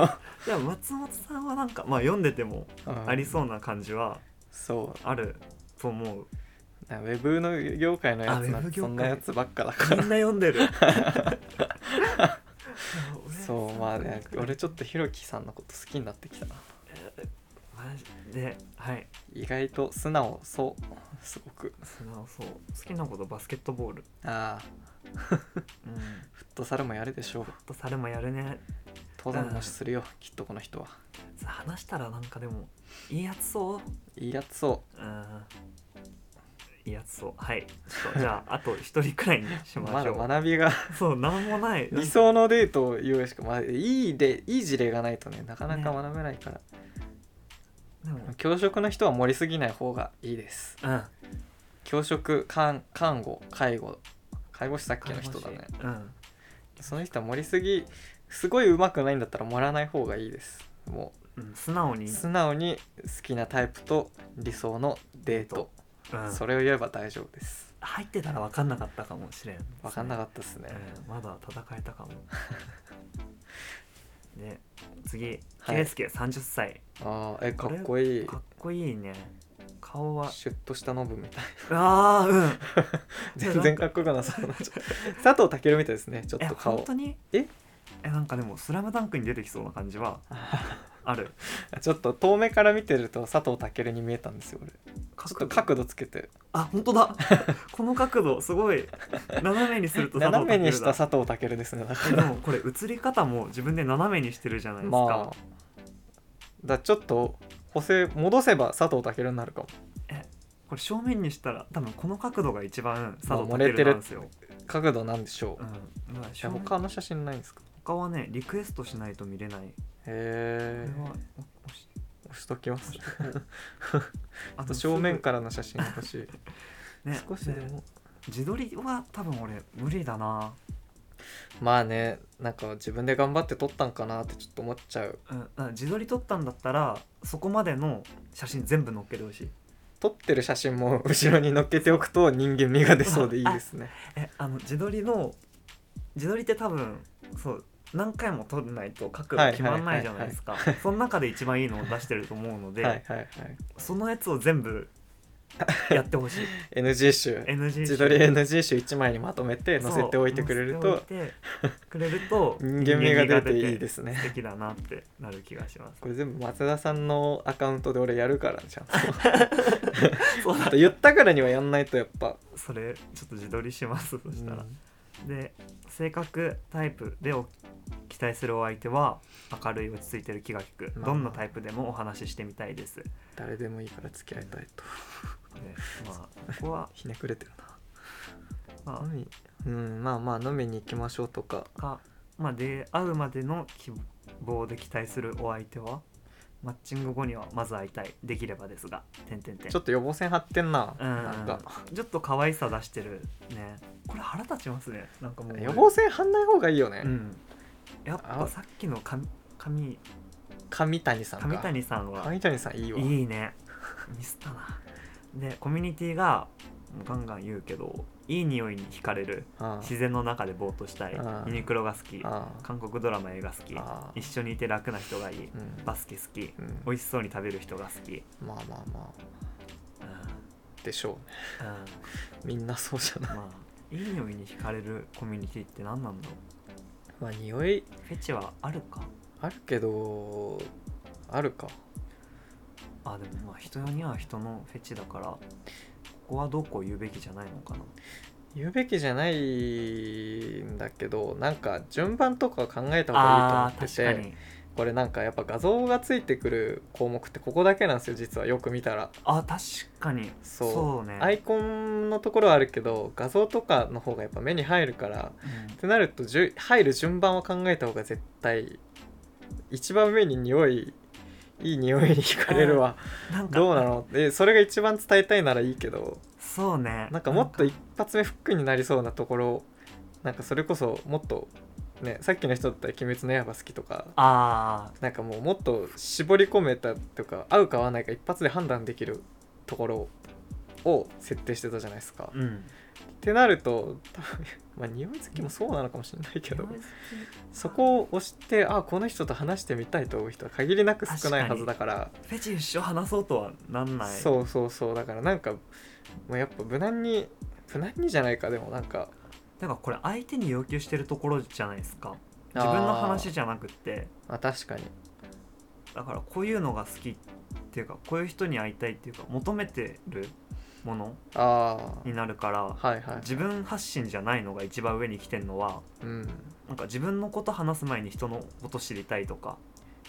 S2: や松本さんはなんかまあ読んでても
S1: うん
S2: ありそうな感じは
S1: そ
S2: あると思う
S1: うなウェブの業界のやつな
S2: あウ
S1: ん
S2: ェブ業
S1: て
S2: 界
S1: そんなやつばっかだ
S2: み
S1: から
S2: んな読んでるいや
S1: [laughs]
S2: 俺
S1: そうまあね
S2: そう
S1: 俺ちょっとひろきさんのこと好きになってきたな
S2: マジではい
S1: 意外と素直そうすごく
S2: 素直そう好きなことバスケットボール
S1: ああ
S2: うん
S1: フットサルもやるでしょう
S2: と猿もやるね
S1: 登山もするよきっとこの人は
S2: 話したらなんかでもいいやつそう
S1: いいやつそう
S2: うんいいやつそうはいちょっとじゃああと一人くらいにしま
S1: ま
S2: し
S1: だ
S2: ょう、
S1: 学びが
S2: そうなんもない
S1: 理想のデートを言うしか、まあ、いいでいい事例がないとねなかなか学べないから、
S2: でも
S1: 教職の人は盛りすぎない方がいいです
S2: うん
S1: 教職看看護介護介護士さっきの人だね
S2: うん
S1: その人は盛りすぎすごい上手くないんだったら盛らない方がいいですも
S2: うん、素直に
S1: う、素直に好きなタイプと理想のデート、
S2: うん
S1: それを言えば大丈夫です
S2: 入ってたら分かんなかったかもしれん
S1: 分かんな
S2: かっ
S1: かったですね、
S2: うん、まだ戦えたか
S1: [laughs]
S2: もで次
S1: はい
S2: 圭介、三十30歳
S1: あーえかっこいい
S2: かっこいいね顔は
S1: シュッとしたノブみたい
S2: あーうん
S1: 全然かっこよくなさそうなっちゃう佐藤健みたいですねちょっ
S2: え
S1: と顔
S2: 本当に
S1: え
S2: えなんかでも「スラムダンクに出てきそうな感
S1: [laughs]
S2: じはある
S1: ちょっと遠目から見てると佐藤健に見えたんですよ俺ちょっと角度つけて
S2: あ本当だ [laughs] この角度すごい斜めにすると
S1: 斜めにした
S2: 佐
S1: 佐藤健ですねだ
S2: 藤
S1: か
S2: 健だえ
S1: ら
S2: でもこれ映り方も自分で斜めにしてるじゃないですか、
S1: まあだからちょっと補正戻せば佐藤健になるかも
S2: これ正面にしたら多分この角度が一番佐
S1: まあ
S2: 藤
S1: 漏れて
S2: 健
S1: る
S2: なんですよ、
S1: 角度なんでしょう、
S2: うんまあ
S1: じゃ
S2: 正
S1: あ
S2: 面
S1: 他の写真ないんですか
S2: 他はねリクエストしないと見れないこ
S1: へ
S2: れは
S1: え
S2: お押し
S1: 押しときます
S2: 押しとこうあ
S1: あ
S2: の
S1: と正面
S2: す
S1: からの写真欲 [laughs] しい
S2: ぐね
S1: 少しでも
S2: 自撮りは多分俺無理だな
S1: まあねなんか自分で頑張って撮ったんかなってちょっと思っちゃう
S2: うん、だから自撮り撮ったんだったらそこまでの写真全部載っけてほしい
S1: 撮ってる写真も後ろに載っけておくと人間味が出そうでいいですね
S2: えあの自撮りの自撮りって多分そう何回も撮らないと角度決まんないじゃないです
S1: [laughs]
S2: かその中で一番いいのを出してると思うの
S1: は
S2: で、
S1: いはいはい
S2: そのやつを全部やってほしい
S1: [laughs] NG 集
S2: NG
S1: 自撮り NG 集1枚にまとめて載せておいてくれる
S2: そう
S1: と
S2: 載せておいてくれると
S1: [laughs] 人間味が出ていいですすね
S2: 素敵だなってなる気がします
S1: これ全部松田さんのアカウントで俺やるからじゃん
S2: そうだ
S1: と言ったからにはやんないとやっぱ
S2: それちょっと自撮りしますそしたら、
S1: うん
S2: で性格タイプでお期待するお相手は明るい落ち着いてる気が利く、
S1: まあ
S2: どんなタイプでもお話ししてみたいです、で
S1: 誰でもいいから付き合いたいと
S2: まあここは、
S1: ひねくれてるな
S2: ま
S1: 飲みうんまあまあ飲みに行きましょうとか
S2: あ、かまあ出会うまでの希望で期待するお相手はマッチング後にはまず会いたいできればですが点点点
S1: ちょっと予防線張ってんな
S2: うん
S1: なんか
S2: ちょっと可愛さ出してるねこれ腹立ちますねなんかもう
S1: 予防線張んない方がいいよね、
S2: うんやっぱ
S1: あ
S2: さっきのか神
S1: 上谷さんか
S2: 神谷さんは
S1: 上谷さんいいわ
S2: いいねミスったなでコミュニティがガンガン言うけどいい匂いに惹かれる
S1: あ
S2: 自然の中でぼーっとしたい
S1: ああ
S2: ユニクロが好き
S1: あああ
S2: 韓国ドラマ映画好き
S1: あ
S2: 一緒にいて楽な人がいい
S1: うん
S2: バスケ好き
S1: うん
S2: 美味しそうに食べる人が好き、
S1: まあまあまあ
S2: うんうん
S1: でしょうねみんなそうじゃない [laughs]
S2: まあいい匂いに惹かれるコミュニティって何なんだろ
S1: まあ匂いう
S2: フェチはあるか
S1: あるけどあるか
S2: あでもまあ人には人のフェチだからここはどうこう言うべきじゃないのかな
S1: 言うべきじゃないんだけどなんか順番とか考えた方が
S2: あ
S1: いいと思
S2: ー
S1: って
S2: 確か
S1: て
S2: に
S1: これなんかやっぱ画像がついてくる項目ってここだけなんですよ実はよく見たら
S2: あ確かに
S1: そう
S2: ね
S1: アイコンのところはあるけど画像とかの方がやっぱ目に入るから
S2: うん
S1: ってなるとじゅ入る順番は考えた方が絶対一番目に匂いいい匂いに惹かれるわ
S2: なんか
S1: どうなのでそれが一番伝えたいならいいけど
S2: そうね
S1: なんかもっと一発目フックになりそうなところなんかそれこそもっとねさっきの人だったら「鬼滅の刃」好きとか
S2: あ
S1: なんかもうもっと絞り込めたとか合うか合わないか一発で判断できるところ
S2: あ
S1: を設定してたじゃないですか。
S2: うん
S1: ってなると多分 [laughs] まあ匂い好きもそうなのかもしれないけど
S2: 匂い好き
S1: そこを押してあこの人と話してみたいと思う人は限りなく少ないはずだから
S2: フェチ一緒話そうとはなんない
S1: そうそうそうだからなんかもうやっぱ無難に無難にじゃないかでもなんか
S2: だからこれ相手に要求してるところじゃないですか自分の話
S1: あ
S2: じゃなくって
S1: ーあ確かに
S2: だからこういうのが好きっていうかこういう人に会いたいっていうか求めてるもの
S1: あ
S2: になるから
S1: あはいはい
S2: 自分発信じゃないのが一番上に来てるのは
S1: うん
S2: なんか自分のこと話す前に人のこと知りたいとか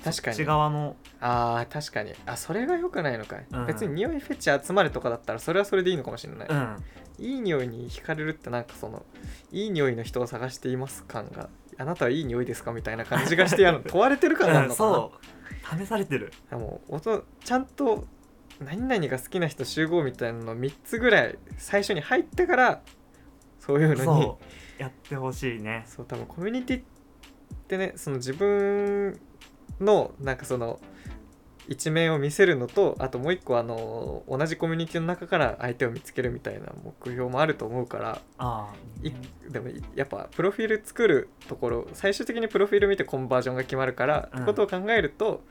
S1: 確か
S2: 内
S1: に
S2: 側の
S1: あー確かにあそれが良くないのかい、
S2: うん
S1: 別に匂いフェチ集まるとかだったらそれはそれでいいのかもしれない、
S2: うん
S1: いい匂いに惹かれるってなんかそのいい匂いの人を探しています感があなたはいい匂いですかみたいな感じがして
S2: [laughs]
S1: やる問われてる感なの
S2: うん
S1: かな、
S2: そう試されてる
S1: でも音ちゃんと何々が好きな人集合みたいなの3つぐらい最初に入ってからそういうのにそう
S2: そうやってほしいね
S1: 多分コミュニティってねその自分のなんかその一面を見せるのとあともう一個あの同じコミュニティの中から相手を見つけるみたいな目標もあると思うから
S2: ああ
S1: いでもいやっぱプロフィール作るところ最終的にプロフィール見てコンバージョンが決まるから、
S2: うん
S1: ってことを考えると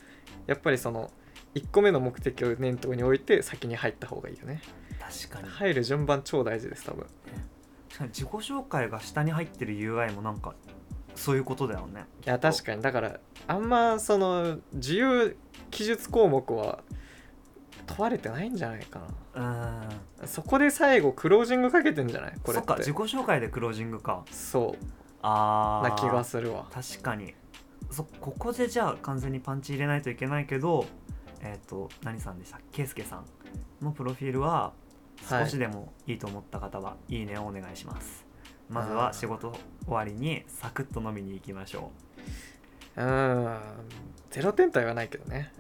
S1: やっぱりその1個目の目的を念頭に置いて先に入った方がいいよね
S2: 確かに
S1: 入る順番超大事です多分
S2: 確かに自己紹介が下に入ってる UI もなんかそういうことだよね
S1: いや確かにだからあんまその自由記述項目は問われてないんじゃないか
S2: うーん
S1: なそこで最後クロージングかけてんじゃないこれ
S2: そ
S1: っ
S2: っか
S1: て
S2: 自己紹介でクロージングか
S1: そう
S2: ああ
S1: な気がするわ
S2: 確かにそここでじゃあ完全にパンチ入れないといけないけどえっ、と何さんでしたケイスケさんのプロフィールは
S1: はい
S2: 少しでもいいと思った方は「いいね」をお願いします、まず
S1: あ
S2: は
S1: ー
S2: 仕事終わりにサクッと飲みに行きましょ
S1: うーんゼロ点とは言わないけどね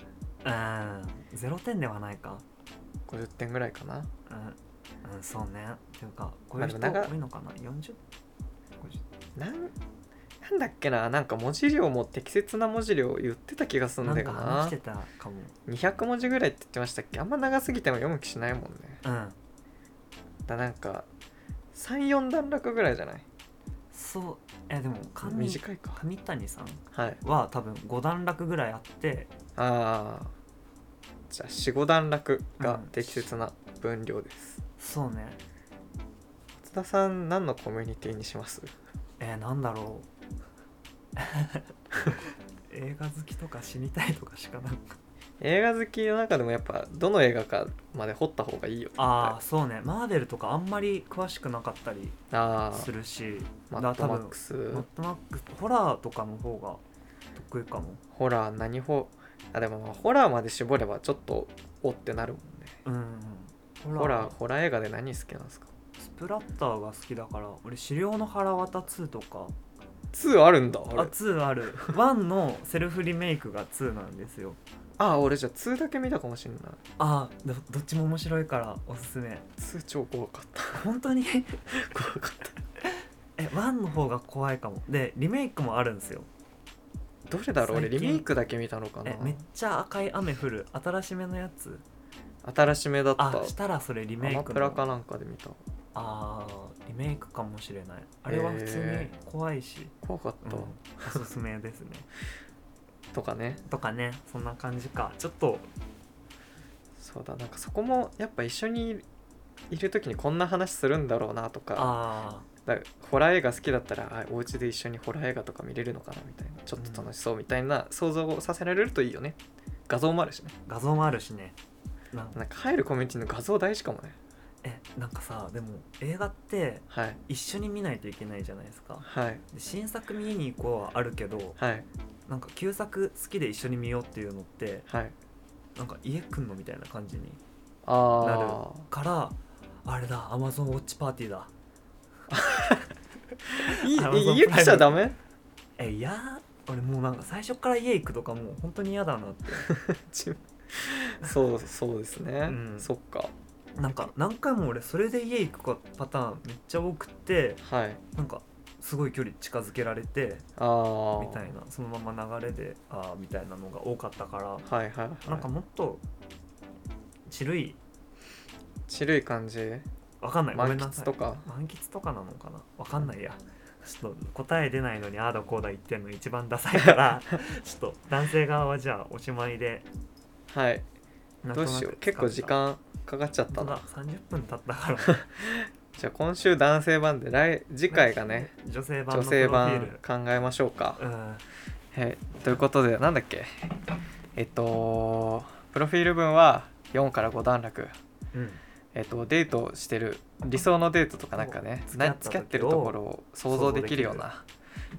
S2: ううーん0点ではないか
S1: 50点ぐらいかな
S2: うん、うん、そうねっていうかこういう人
S1: まあでも長
S2: 多いのかな40 50
S1: なんなんだっけななんか文字量も適切な文字量言ってた気がするん
S2: な
S1: だ
S2: ん
S1: よ
S2: か
S1: な
S2: 話してたかも
S1: 200文字ぐらいって言ってましたっけあんま長すぎても読む気しないもんね
S2: うん
S1: だなんか34段落ぐらいじゃない
S2: そうえでも上
S1: 短いか
S2: 上谷さん
S1: はい
S2: は多分5段落ぐらいあって
S1: あーじゃあ45段落が
S2: うん
S1: 適切な分量です、
S2: そうね
S1: 松田さん何のコミュニティにします
S2: えー、なんだろう [laughs] 映画好きとか死にたいとかしかなんか
S1: 映画好きの中でもやっぱどの映画かまで掘った方がいいよ
S2: ああそうねマーベルとかあんまり詳しくなかったり
S1: あ
S2: するし
S1: マ
S2: だ
S1: ッ
S2: か
S1: ド
S2: ら多
S1: マ
S2: 分
S1: ックス
S2: マッドマックスホラーとかの方が得意かも
S1: ホラー何ホあでもまあホラーまで絞ればちょっとおってなるもんね
S2: うんうん
S1: ホラーホラー映画で何好きなんですか
S2: スプラッターが好きだから俺「狩猟の腹渡2」とか
S1: 2あるんだ
S2: あ
S1: あれ
S2: 2ある1のセルフリメイクが2なんですよ
S1: あ俺じゃあ2だけ見たかもしれない
S2: あどどっちも面白いからおすすめ
S1: 2超怖かった
S2: [laughs] 本当に
S1: 怖かっ
S2: え1の方が怖いかもでリメイクもあるんですよ
S1: たどれだろう俺
S2: 最
S1: リ
S2: 近
S1: メイクだけ見たのかな
S2: えめっちゃ赤い雨降る新しめのやつ
S1: 新しめだった
S2: あしたらそれリ
S1: ア
S2: メイク
S1: マ
S2: の
S1: プラかなんかで見た
S2: あーリメイクかもしれないあれは普通に怖いし、
S1: 怖かっ
S2: うん
S1: た、
S2: おすすめですね [laughs]
S1: とかね
S2: とかねそんな感じかちょっと
S1: そうだなんかそこもやっぱ一緒にいる時にこんな話するんだろうなとか
S2: ああ
S1: だからホラー映画好きだったらあお家で一緒にホラー映画とか見れるのかなみたいなちょっと楽しそうみたいな想像をさせられるといいよね画像もあるしね
S2: 画像もあるしねなん
S1: なんか入るコミュニティの画像大事かもね
S2: えなんかさでも映画って
S1: はい
S2: 一緒に見ないといけないじゃないですか
S1: はい
S2: で新作見に行こうはあるけど
S1: はい
S2: なんか旧作好きで一緒に見ようっていうのって
S1: はい
S2: なんか家来んのみたいな感じに
S1: あ
S2: からあれだアマゾンウォッチパーティーだ
S1: あいい
S2: Amazon プライム
S1: 家来ちゃダメ
S2: えいや俺もうなんか最初から家行くとかもう本当に嫌だなって
S1: 自分そうそうですね、
S2: ん
S1: そっか
S2: なんか何回も俺それで家行くかパターンめっちゃ多くって
S1: はい
S2: なんかすごい距離近づけられて
S1: ああ
S2: みたいなそのまま流れでああみたいなのが多かったから
S1: はいはいはい
S2: なんかもっとちるい
S1: ちるい感じ
S2: わかんないごめ
S1: 満
S2: んなさ
S1: 喫
S2: い
S1: とか
S2: 満喫とかなのかなわかんないやちょっと答え出ないのにああだこうだ言ってんの一番ダサいから
S1: [laughs]
S2: ちょっと男性側はじゃあおしまいで
S1: はい
S2: なんと
S1: ど
S2: な
S1: う
S2: く
S1: しよう
S2: 使った
S1: 結構時間かかっちゃった
S2: 本当
S1: な
S2: だ30分経ったから
S1: じゃあ今週男性版で来次回がね
S2: 女性版
S1: 女
S2: のプロフィ
S1: 性
S2: ール
S1: 版考えましょうか
S2: うん
S1: はいということでなんだっけえっとプロフィール文は4から5段落
S2: うん
S1: えっと、デートしてる理想のデートとかなんかね
S2: そう
S1: な付
S2: 付
S1: き
S2: き
S1: 合
S2: 合
S1: っ
S2: ってた時を
S1: るところを想像できるよう
S2: 想
S1: な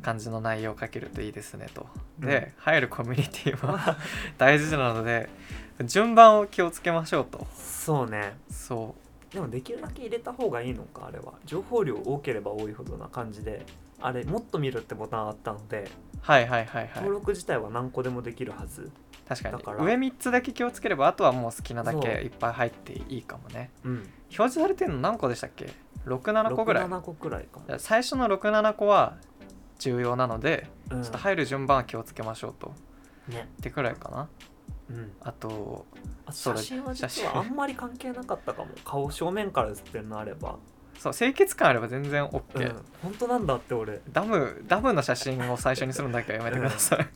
S1: 感じの内容を書けるといいですねと。
S2: うん
S1: で入るコミュニティは [laughs] 大事なので順番を気をつけましょうと。
S2: そうね
S1: そ
S2: でもできるだけ入れた方がいいのかあれは情報量多ければ多いほどな感じであれもっと見るってボタンあったので
S1: うはいはいはいはい
S2: 登録自体は何個でもできるはず、
S1: 確かに
S2: だから
S1: 上3つだけ気をつければあとはもう好きなだ
S2: そう
S1: けいっぱい入っていいかもね
S2: うん
S1: 表示されてるの何個でしたっけ67個ぐらい
S2: 7個くらいかも、
S1: 最初の67個は重要なので
S2: うん、
S1: ちょっと入る順番は気をつけましょうと
S2: ね
S1: ってくらいかな
S2: うん
S1: あと
S2: あ
S1: そうだ
S2: 写真は
S1: 写真
S2: 実はあんまり関係なかったかも顔正面から写ってるのあれば、
S1: そう清潔感あれば全然
S2: うん
S1: OK、
S2: 本当なんだって俺
S1: ダムダムの写真を最初にするのだけはやめてください、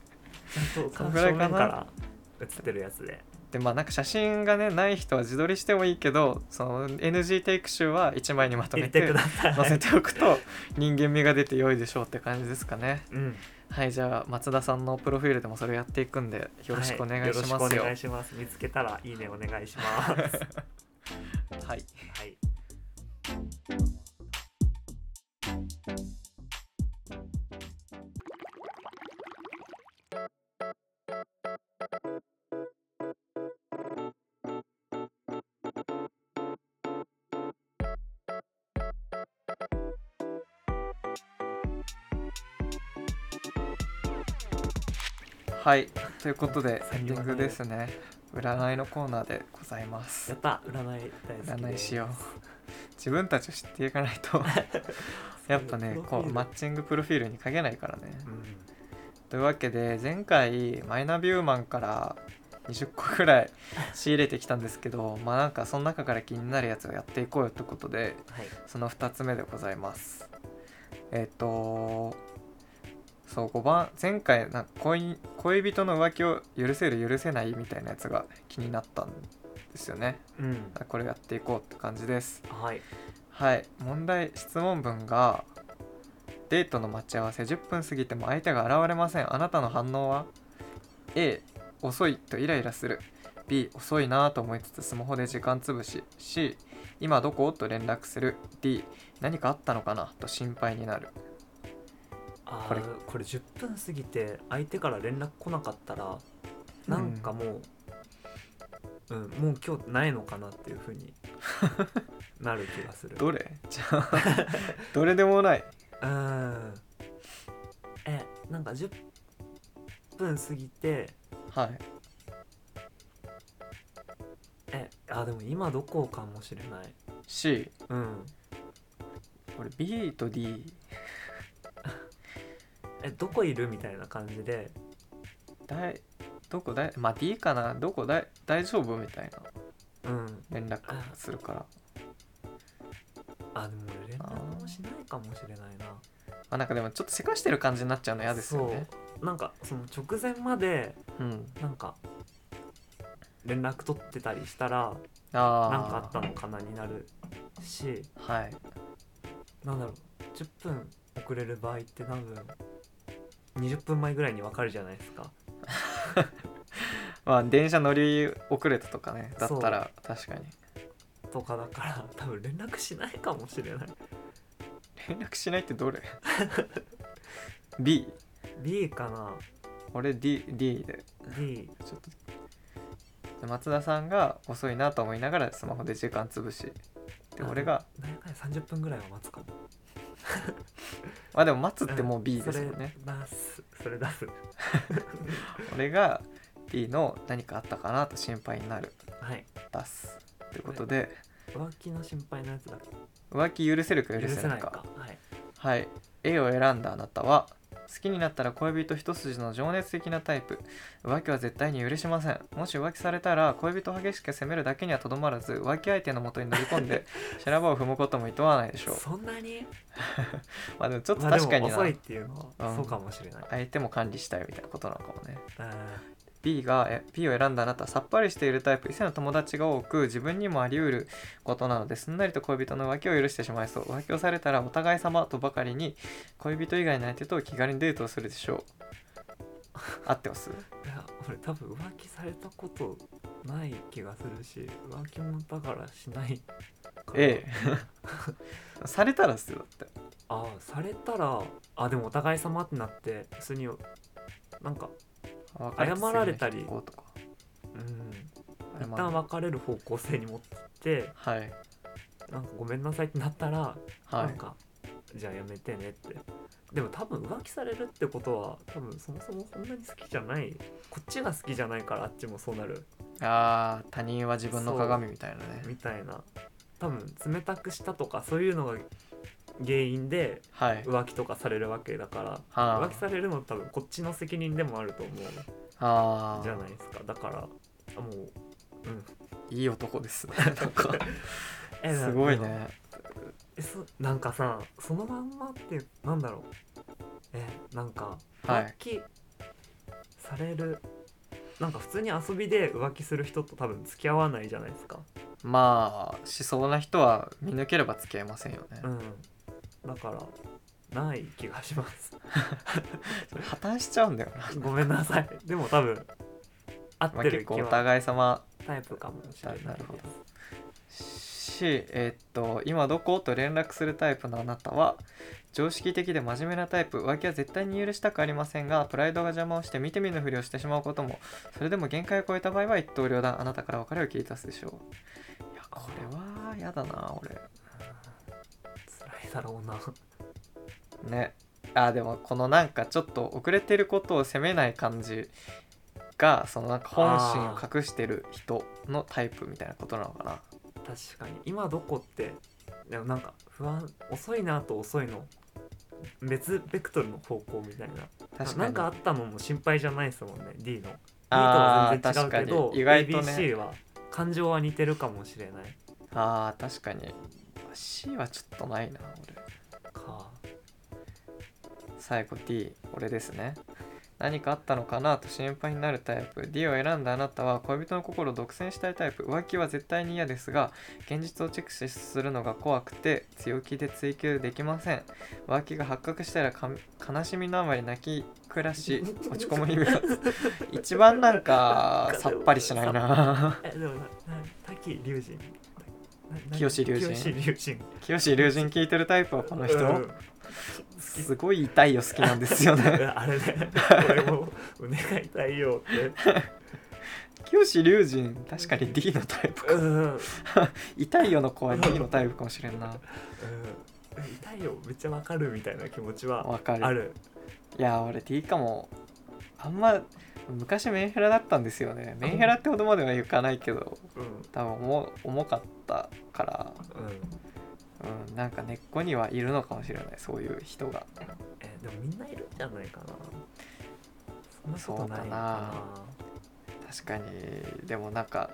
S2: ちゃんと
S1: そん
S2: 顔
S1: ぐらい
S2: 正
S1: かな
S2: 面から写ってるやつで
S1: [laughs] でまあなんか写真がねない人は自撮りしてもいいけどその NG テイク集は1枚にまと
S2: 入
S1: め
S2: れて
S1: て
S2: ください
S1: 載せておくと人間味が出て良いでしょうって感じですかね
S2: うん
S1: はいじゃあ松田さんのプロフィールでもそれをやっていくんでよろしくお願いし
S2: は
S1: ま
S2: よろし
S1: す
S2: く
S1: よ
S2: お願いします見つけたらいいねお願いします
S1: はい
S2: はい
S1: はいということでエ
S2: 最
S1: ン
S2: 後
S1: デ
S2: まで
S1: ィングですね占いのコーナーでございま
S2: や
S1: す
S2: った占い大好きです
S1: 占いしよう自分たちを知っていかない [laughs] とやっぱねこうマッチングプロフィールに書けないからね
S2: うん
S1: というわけで前回マイナビューマンから20個くらい仕入れてきたんですけどまあなんかその中から気になるやつをやっていこうよってことで
S2: はい
S1: その2つ目でございますえっ、とそう5番前回なんか恋恋人の浮気を許せる許せないみたいなやつが気になったんですよね
S2: うん
S1: これやっていこうって感じです
S2: はい
S1: はい問題質問文がデートの待ち合わせ10分過ぎても相手が現れませんあなたの反応は A 遅いとイライラする B 遅いなぁと思いつつスマホで時間つぶし C 今どこと連絡する D 何かあったのかなと心配になる
S2: あ
S1: これ
S2: ーこれ10分過ぎて相手から連絡来なかったらなんかもう、うんもう今日ないのかなっていうふうになる気が
S1: [laughs]
S2: する
S1: どれじゃあどれでもない
S2: うんえなんか10分過ぎて
S1: はい
S2: えあでも今どこかもしれない
S1: C
S2: うん
S1: これ B と D
S2: えどこいるみたいな感じで
S1: だいどこだいまあ D かなどこだい大丈夫みたいな
S2: うん
S1: 連絡するから
S2: あでも俺連絡もしないかもしれないな
S1: まあ、なんかでもちょっとせかしてる感じになっちゃうの嫌ですよね。
S2: そうなんかその直前まで
S1: うん、
S2: なんか連絡取ってたりしたら
S1: あ
S2: 何かあ
S1: あ
S2: ったのかなになるし
S1: はい
S2: なんだろう10分遅れる場合って多分20分前ぐらいに分かるじゃないですか
S1: まあ電車乗り遅れたとかねだったら確かに
S2: とかだから [laughs] 多分連絡しないかもしれない
S1: 連絡しないってどれ ?B
S2: B かな
S1: 俺 D, D で
S2: D
S1: ちょっと松田さんが遅いなと思いながらスマホで時間潰しで俺が
S2: 何回30分ぐらいは待つかも
S1: まあでも待つってもう B ですも
S2: そ
S1: ん
S2: れ
S1: ね
S2: 出すそれ出す
S1: 俺が D の何かあったかなと心配になる
S2: はい
S1: 出すということで
S2: 浮気の心配のやつだ
S1: 浮気許せるか許
S2: 許
S1: せ
S2: せ
S1: な
S2: な
S1: い
S2: い
S1: か
S2: かはい
S1: はい A を選んだあなたは好きになったら恋人一筋の情熱的なタイプ浮気は絶対に許しませんもし浮気されたら恋人を激しく責めるだけにはとどまらず浮気相手のもとに乗り込ん
S2: [laughs]
S1: で修羅場を踏むこともいとわないでしょう
S2: そんなに
S1: まあでもちょっと
S2: まあで
S1: 確かに
S2: も
S1: な
S2: 遅いっていうの
S1: う
S2: は
S1: ん
S2: そうかもしれない、
S1: 相手も管理したいみたいなことなのかもね
S2: あ
S1: B がえ B を選んだあなたはさっぱりしているタイプ異性の友達が多く自分にもあり得ることなのですんなりと恋人の浮気を許してしまいそう浮気をされたらお互い様とばかりに恋人以外の相手と気軽にデートをするでしょう [laughs] 合ってます
S2: ーいや俺多分浮気されたことない気がするし浮気もだからしないから
S1: ええ [laughs] されたらっすよだって
S2: ああされたらあでもお互い様ってなって普通になんか謝られた
S1: 別れてす
S2: り
S1: ぐの人とか
S2: うん
S1: 謝
S2: 一
S1: る
S2: 旦別れる方向性に持ってって
S1: はい
S2: なんかごめんなさいってなったら
S1: は
S2: なん
S1: い
S2: かじゃあやめてねってでも多分浮気されるってことは多分そもそもそんなに好きじゃないこっちが好きじゃないからあっちもそうなる
S1: あー他人は自分の鏡みたいなね
S2: みたいな多分冷たくしたとかそういうのが原因で
S1: はい
S2: 浮気とかされるわけだから、
S1: はあ
S2: 浮気されるの多分こっちの責任でもあると思う
S1: あ
S2: じゃ
S1: あ
S2: ないですかだからあもううん
S1: いい男
S2: [laughs]
S1: ですねなんか
S2: え
S1: すごい
S2: なんか
S1: ね
S2: えそなんかさそのまんまってなんだろうえなんか
S1: はい
S2: 浮気される、なんか普通に遊びで浮気する人と多分付き合わないじゃないですか
S1: まあしそうな人は見抜ければ付き合いませんよね、
S2: うんだからない気がします [laughs]
S1: 破綻しちゃうんだよな、
S2: ごめんなさいでも多分合っ
S1: まあ、
S2: てる
S1: 結
S2: 気
S1: 構お
S2: は
S1: 互い様
S2: タイプかもしれないです
S1: なるほどしえっと今どこと連絡するタイプのあなたは常識的で真面目なタイプ浮気は絶対に許したくありませんがプライドが邪魔をして見て見ぬふりをしてしまうこともそれでも限界を超えた場合は一刀両断あなたから別れを切り出すでしょういやこれはやだな俺
S2: 辛いだろうな
S1: ねあでもこのなんかちょっと遅れてることを責めない感じがそのなんか本心を隠してる人のタイプみたいなことなのかな
S2: 確かに今どこってでもなんか不安遅いなと遅いの別ベクトルの方向みたいな
S1: 確
S2: な
S1: か
S2: ん
S1: に
S2: かあったのも心配じゃないですもんね D の D と
S1: あ
S2: は
S1: ー
S2: 全然違うけ
S1: 確
S2: ど
S1: かに意外とね
S2: ABC は感情は似てるかもしれない
S1: あー確かに C はちょっとないな俺
S2: か
S1: 最後 D 俺ですね何かあったのかなと心配になるタイプ D を選んだあなたは恋人の心を独占したいタイプ浮気は絶対に嫌ですが現実をチェックするのが怖くて強気で追求できません浮気が発覚したらか悲しみのあまり泣き暮らし落ち込む日々
S2: [laughs]
S1: が一番なんかさっぱりしないな
S2: えでもなな滝龍神なな
S1: 清龍神
S2: 清龍神
S1: 清志龍神聞いてるタイプはこの人、
S2: うん
S1: すごい痛いよ好きなんですよね
S2: [laughs] あれね俺もお願いたい
S1: [laughs]
S2: よって
S1: 清志龍神確かに D のタイプか
S2: うん、うん、
S1: 痛いよの子は D のタイプかもしれん [laughs] な
S2: 痛いよめっちゃわかるみたいな気持ちは
S1: わかる
S2: ある
S1: いや俺 D かもあんま昔メンヘラだったんですよねメンヘラってほどまではいかないけど
S2: うん
S1: 多分重重かったから、
S2: うん
S1: うん、なんか根っこにはいるのかもしれないそういう人が
S2: えでもみんないるんじゃないかなそんなことな
S1: そうか
S2: いのか
S1: な
S2: な
S1: 確かにでもなんか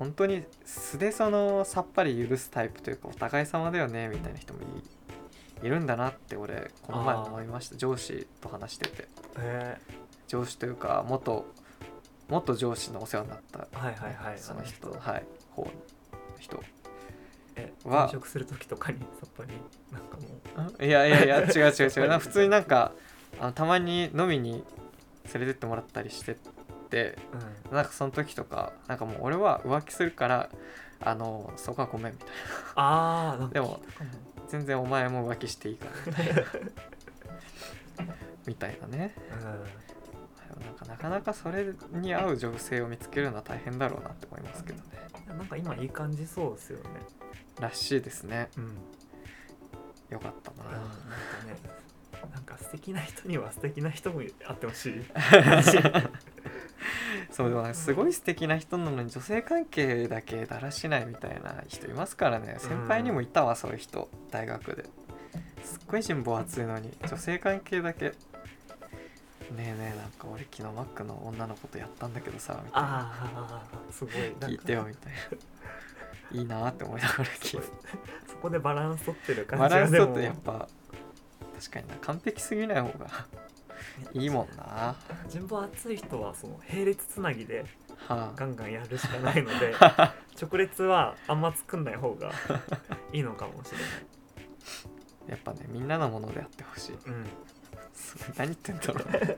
S1: 本当に素でそのさっぱり許すタイプというかお互い様だよねみたいな人もいいるんだなって俺この前思いました上司と話してて
S2: え
S1: 上司というか元元上司のお世話になった、
S2: ーはいはいはい
S1: その人のはい方の人
S2: え
S1: は
S2: 転職する時とかにさっぱりなんかも
S1: いやいやいや違う違う違う
S2: [laughs]
S1: な普通になんかあのたまに飲みに連れてってもらったりしてって
S2: う、
S1: なんかその時とかなんかもう俺は浮気するからあのそこはごめんみたいな
S2: ああなんか
S1: でも
S2: 聞いたかも
S1: 全然お前も浮気していいからみたいなねでもなんかなかなかそれに合う女性を見つけるのは大変だろうなって思いますけどね
S2: うんなんか今いい感じそうですよね
S1: らしいですね
S2: うん、うん、
S1: よかった
S2: なん
S1: な
S2: かねなんか素敵な人には素敵な人もあって
S1: [laughs]
S2: ほしい
S1: そうでもなんかすごい素敵な人なのに女性関係だけだらしないみたいな人いますからね先輩にもいたわそういう人大学ですっごい人望厚いのに女性関係だけねえねえなんか俺昨日マックの女の子とやったんだけどさみたいな
S2: ああすごいなんか
S1: 聞いてよみたいないいなって思いながら聞いて
S2: そこでバランス取ってる感
S1: バ
S2: じ
S1: ラ
S2: が
S1: ン
S2: で
S1: ス
S2: も
S1: とってやっぱ確かにな完璧すぎない方がいいもんなは
S2: 順番熱い人はその並列つなぎで
S1: あ
S2: ガンガンやるしかないの
S1: [laughs]
S2: で直列はあんま作んない方がいいのかもしれない
S1: やっぱねみんなのものであってほしい
S2: うん
S1: [laughs] 何言ってんだろ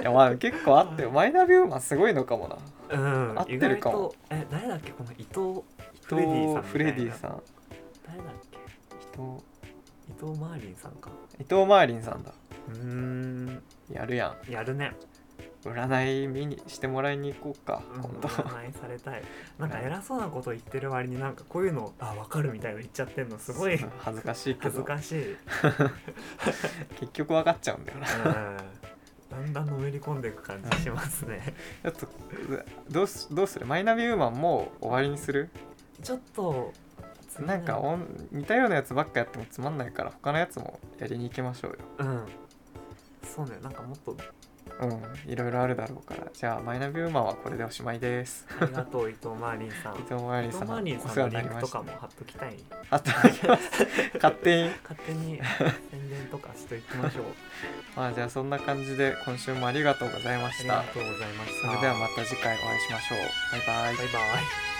S1: う [laughs] いやまあ結構あってよマイナビウーマンすごいのかもな
S2: うん、
S1: 合ってるかも
S2: 意外とえ誰だっけこの伊藤
S1: 伊藤フレディ
S2: ん
S1: さん
S2: みたいな誰だっけ
S1: 伊
S2: 伊藤マーリンさんか
S1: 藤伊藤マーリンさんだ
S2: うーん
S1: やるやん
S2: やるね
S1: 占い見にしてもらいに行こうか
S2: うん
S1: 今度
S2: 占いされ [laughs] たいなんか偉そうなこと言ってる割になんかこういうのあ分かるみたいなの言っちゃってんのすごい
S1: そう [laughs] 恥ずかしいけ
S2: 恥ず
S1: ど
S2: かしい、うん、
S1: 結局分かっちゃうんだよなち
S2: だんだんのめり込んでいく感じしますね
S1: ょっとどうすどうするマイナビウーマンもう終わりにする
S2: ちょっと
S1: なんかおん似たようなやつばっかやってもつまんないから他のやつもやりに行きましょうよ
S2: うんそうねなんかもっと
S1: うんいろいろあるだろうからじゃあマイナビウーマンはこれでおしまいです
S2: ありがとう伊藤マーリンさん
S1: 伊藤マーリン
S2: 伊藤
S1: さん
S2: マーリン
S1: お
S2: さ
S1: 世話に
S2: んのリ
S1: な
S2: ン
S1: り
S2: ク
S1: ま
S2: と
S1: し
S2: か
S1: た
S2: も貼っときたい
S1: あった勝手に
S2: 勝手に宣伝とかしていきましょう。
S1: まあじゃあそんな感じで今週もありがとうございま
S2: あ
S1: し
S2: りが
S1: た
S2: とうございました。
S1: それではまた次回お会いしましょうバイバイ
S2: バイバイ。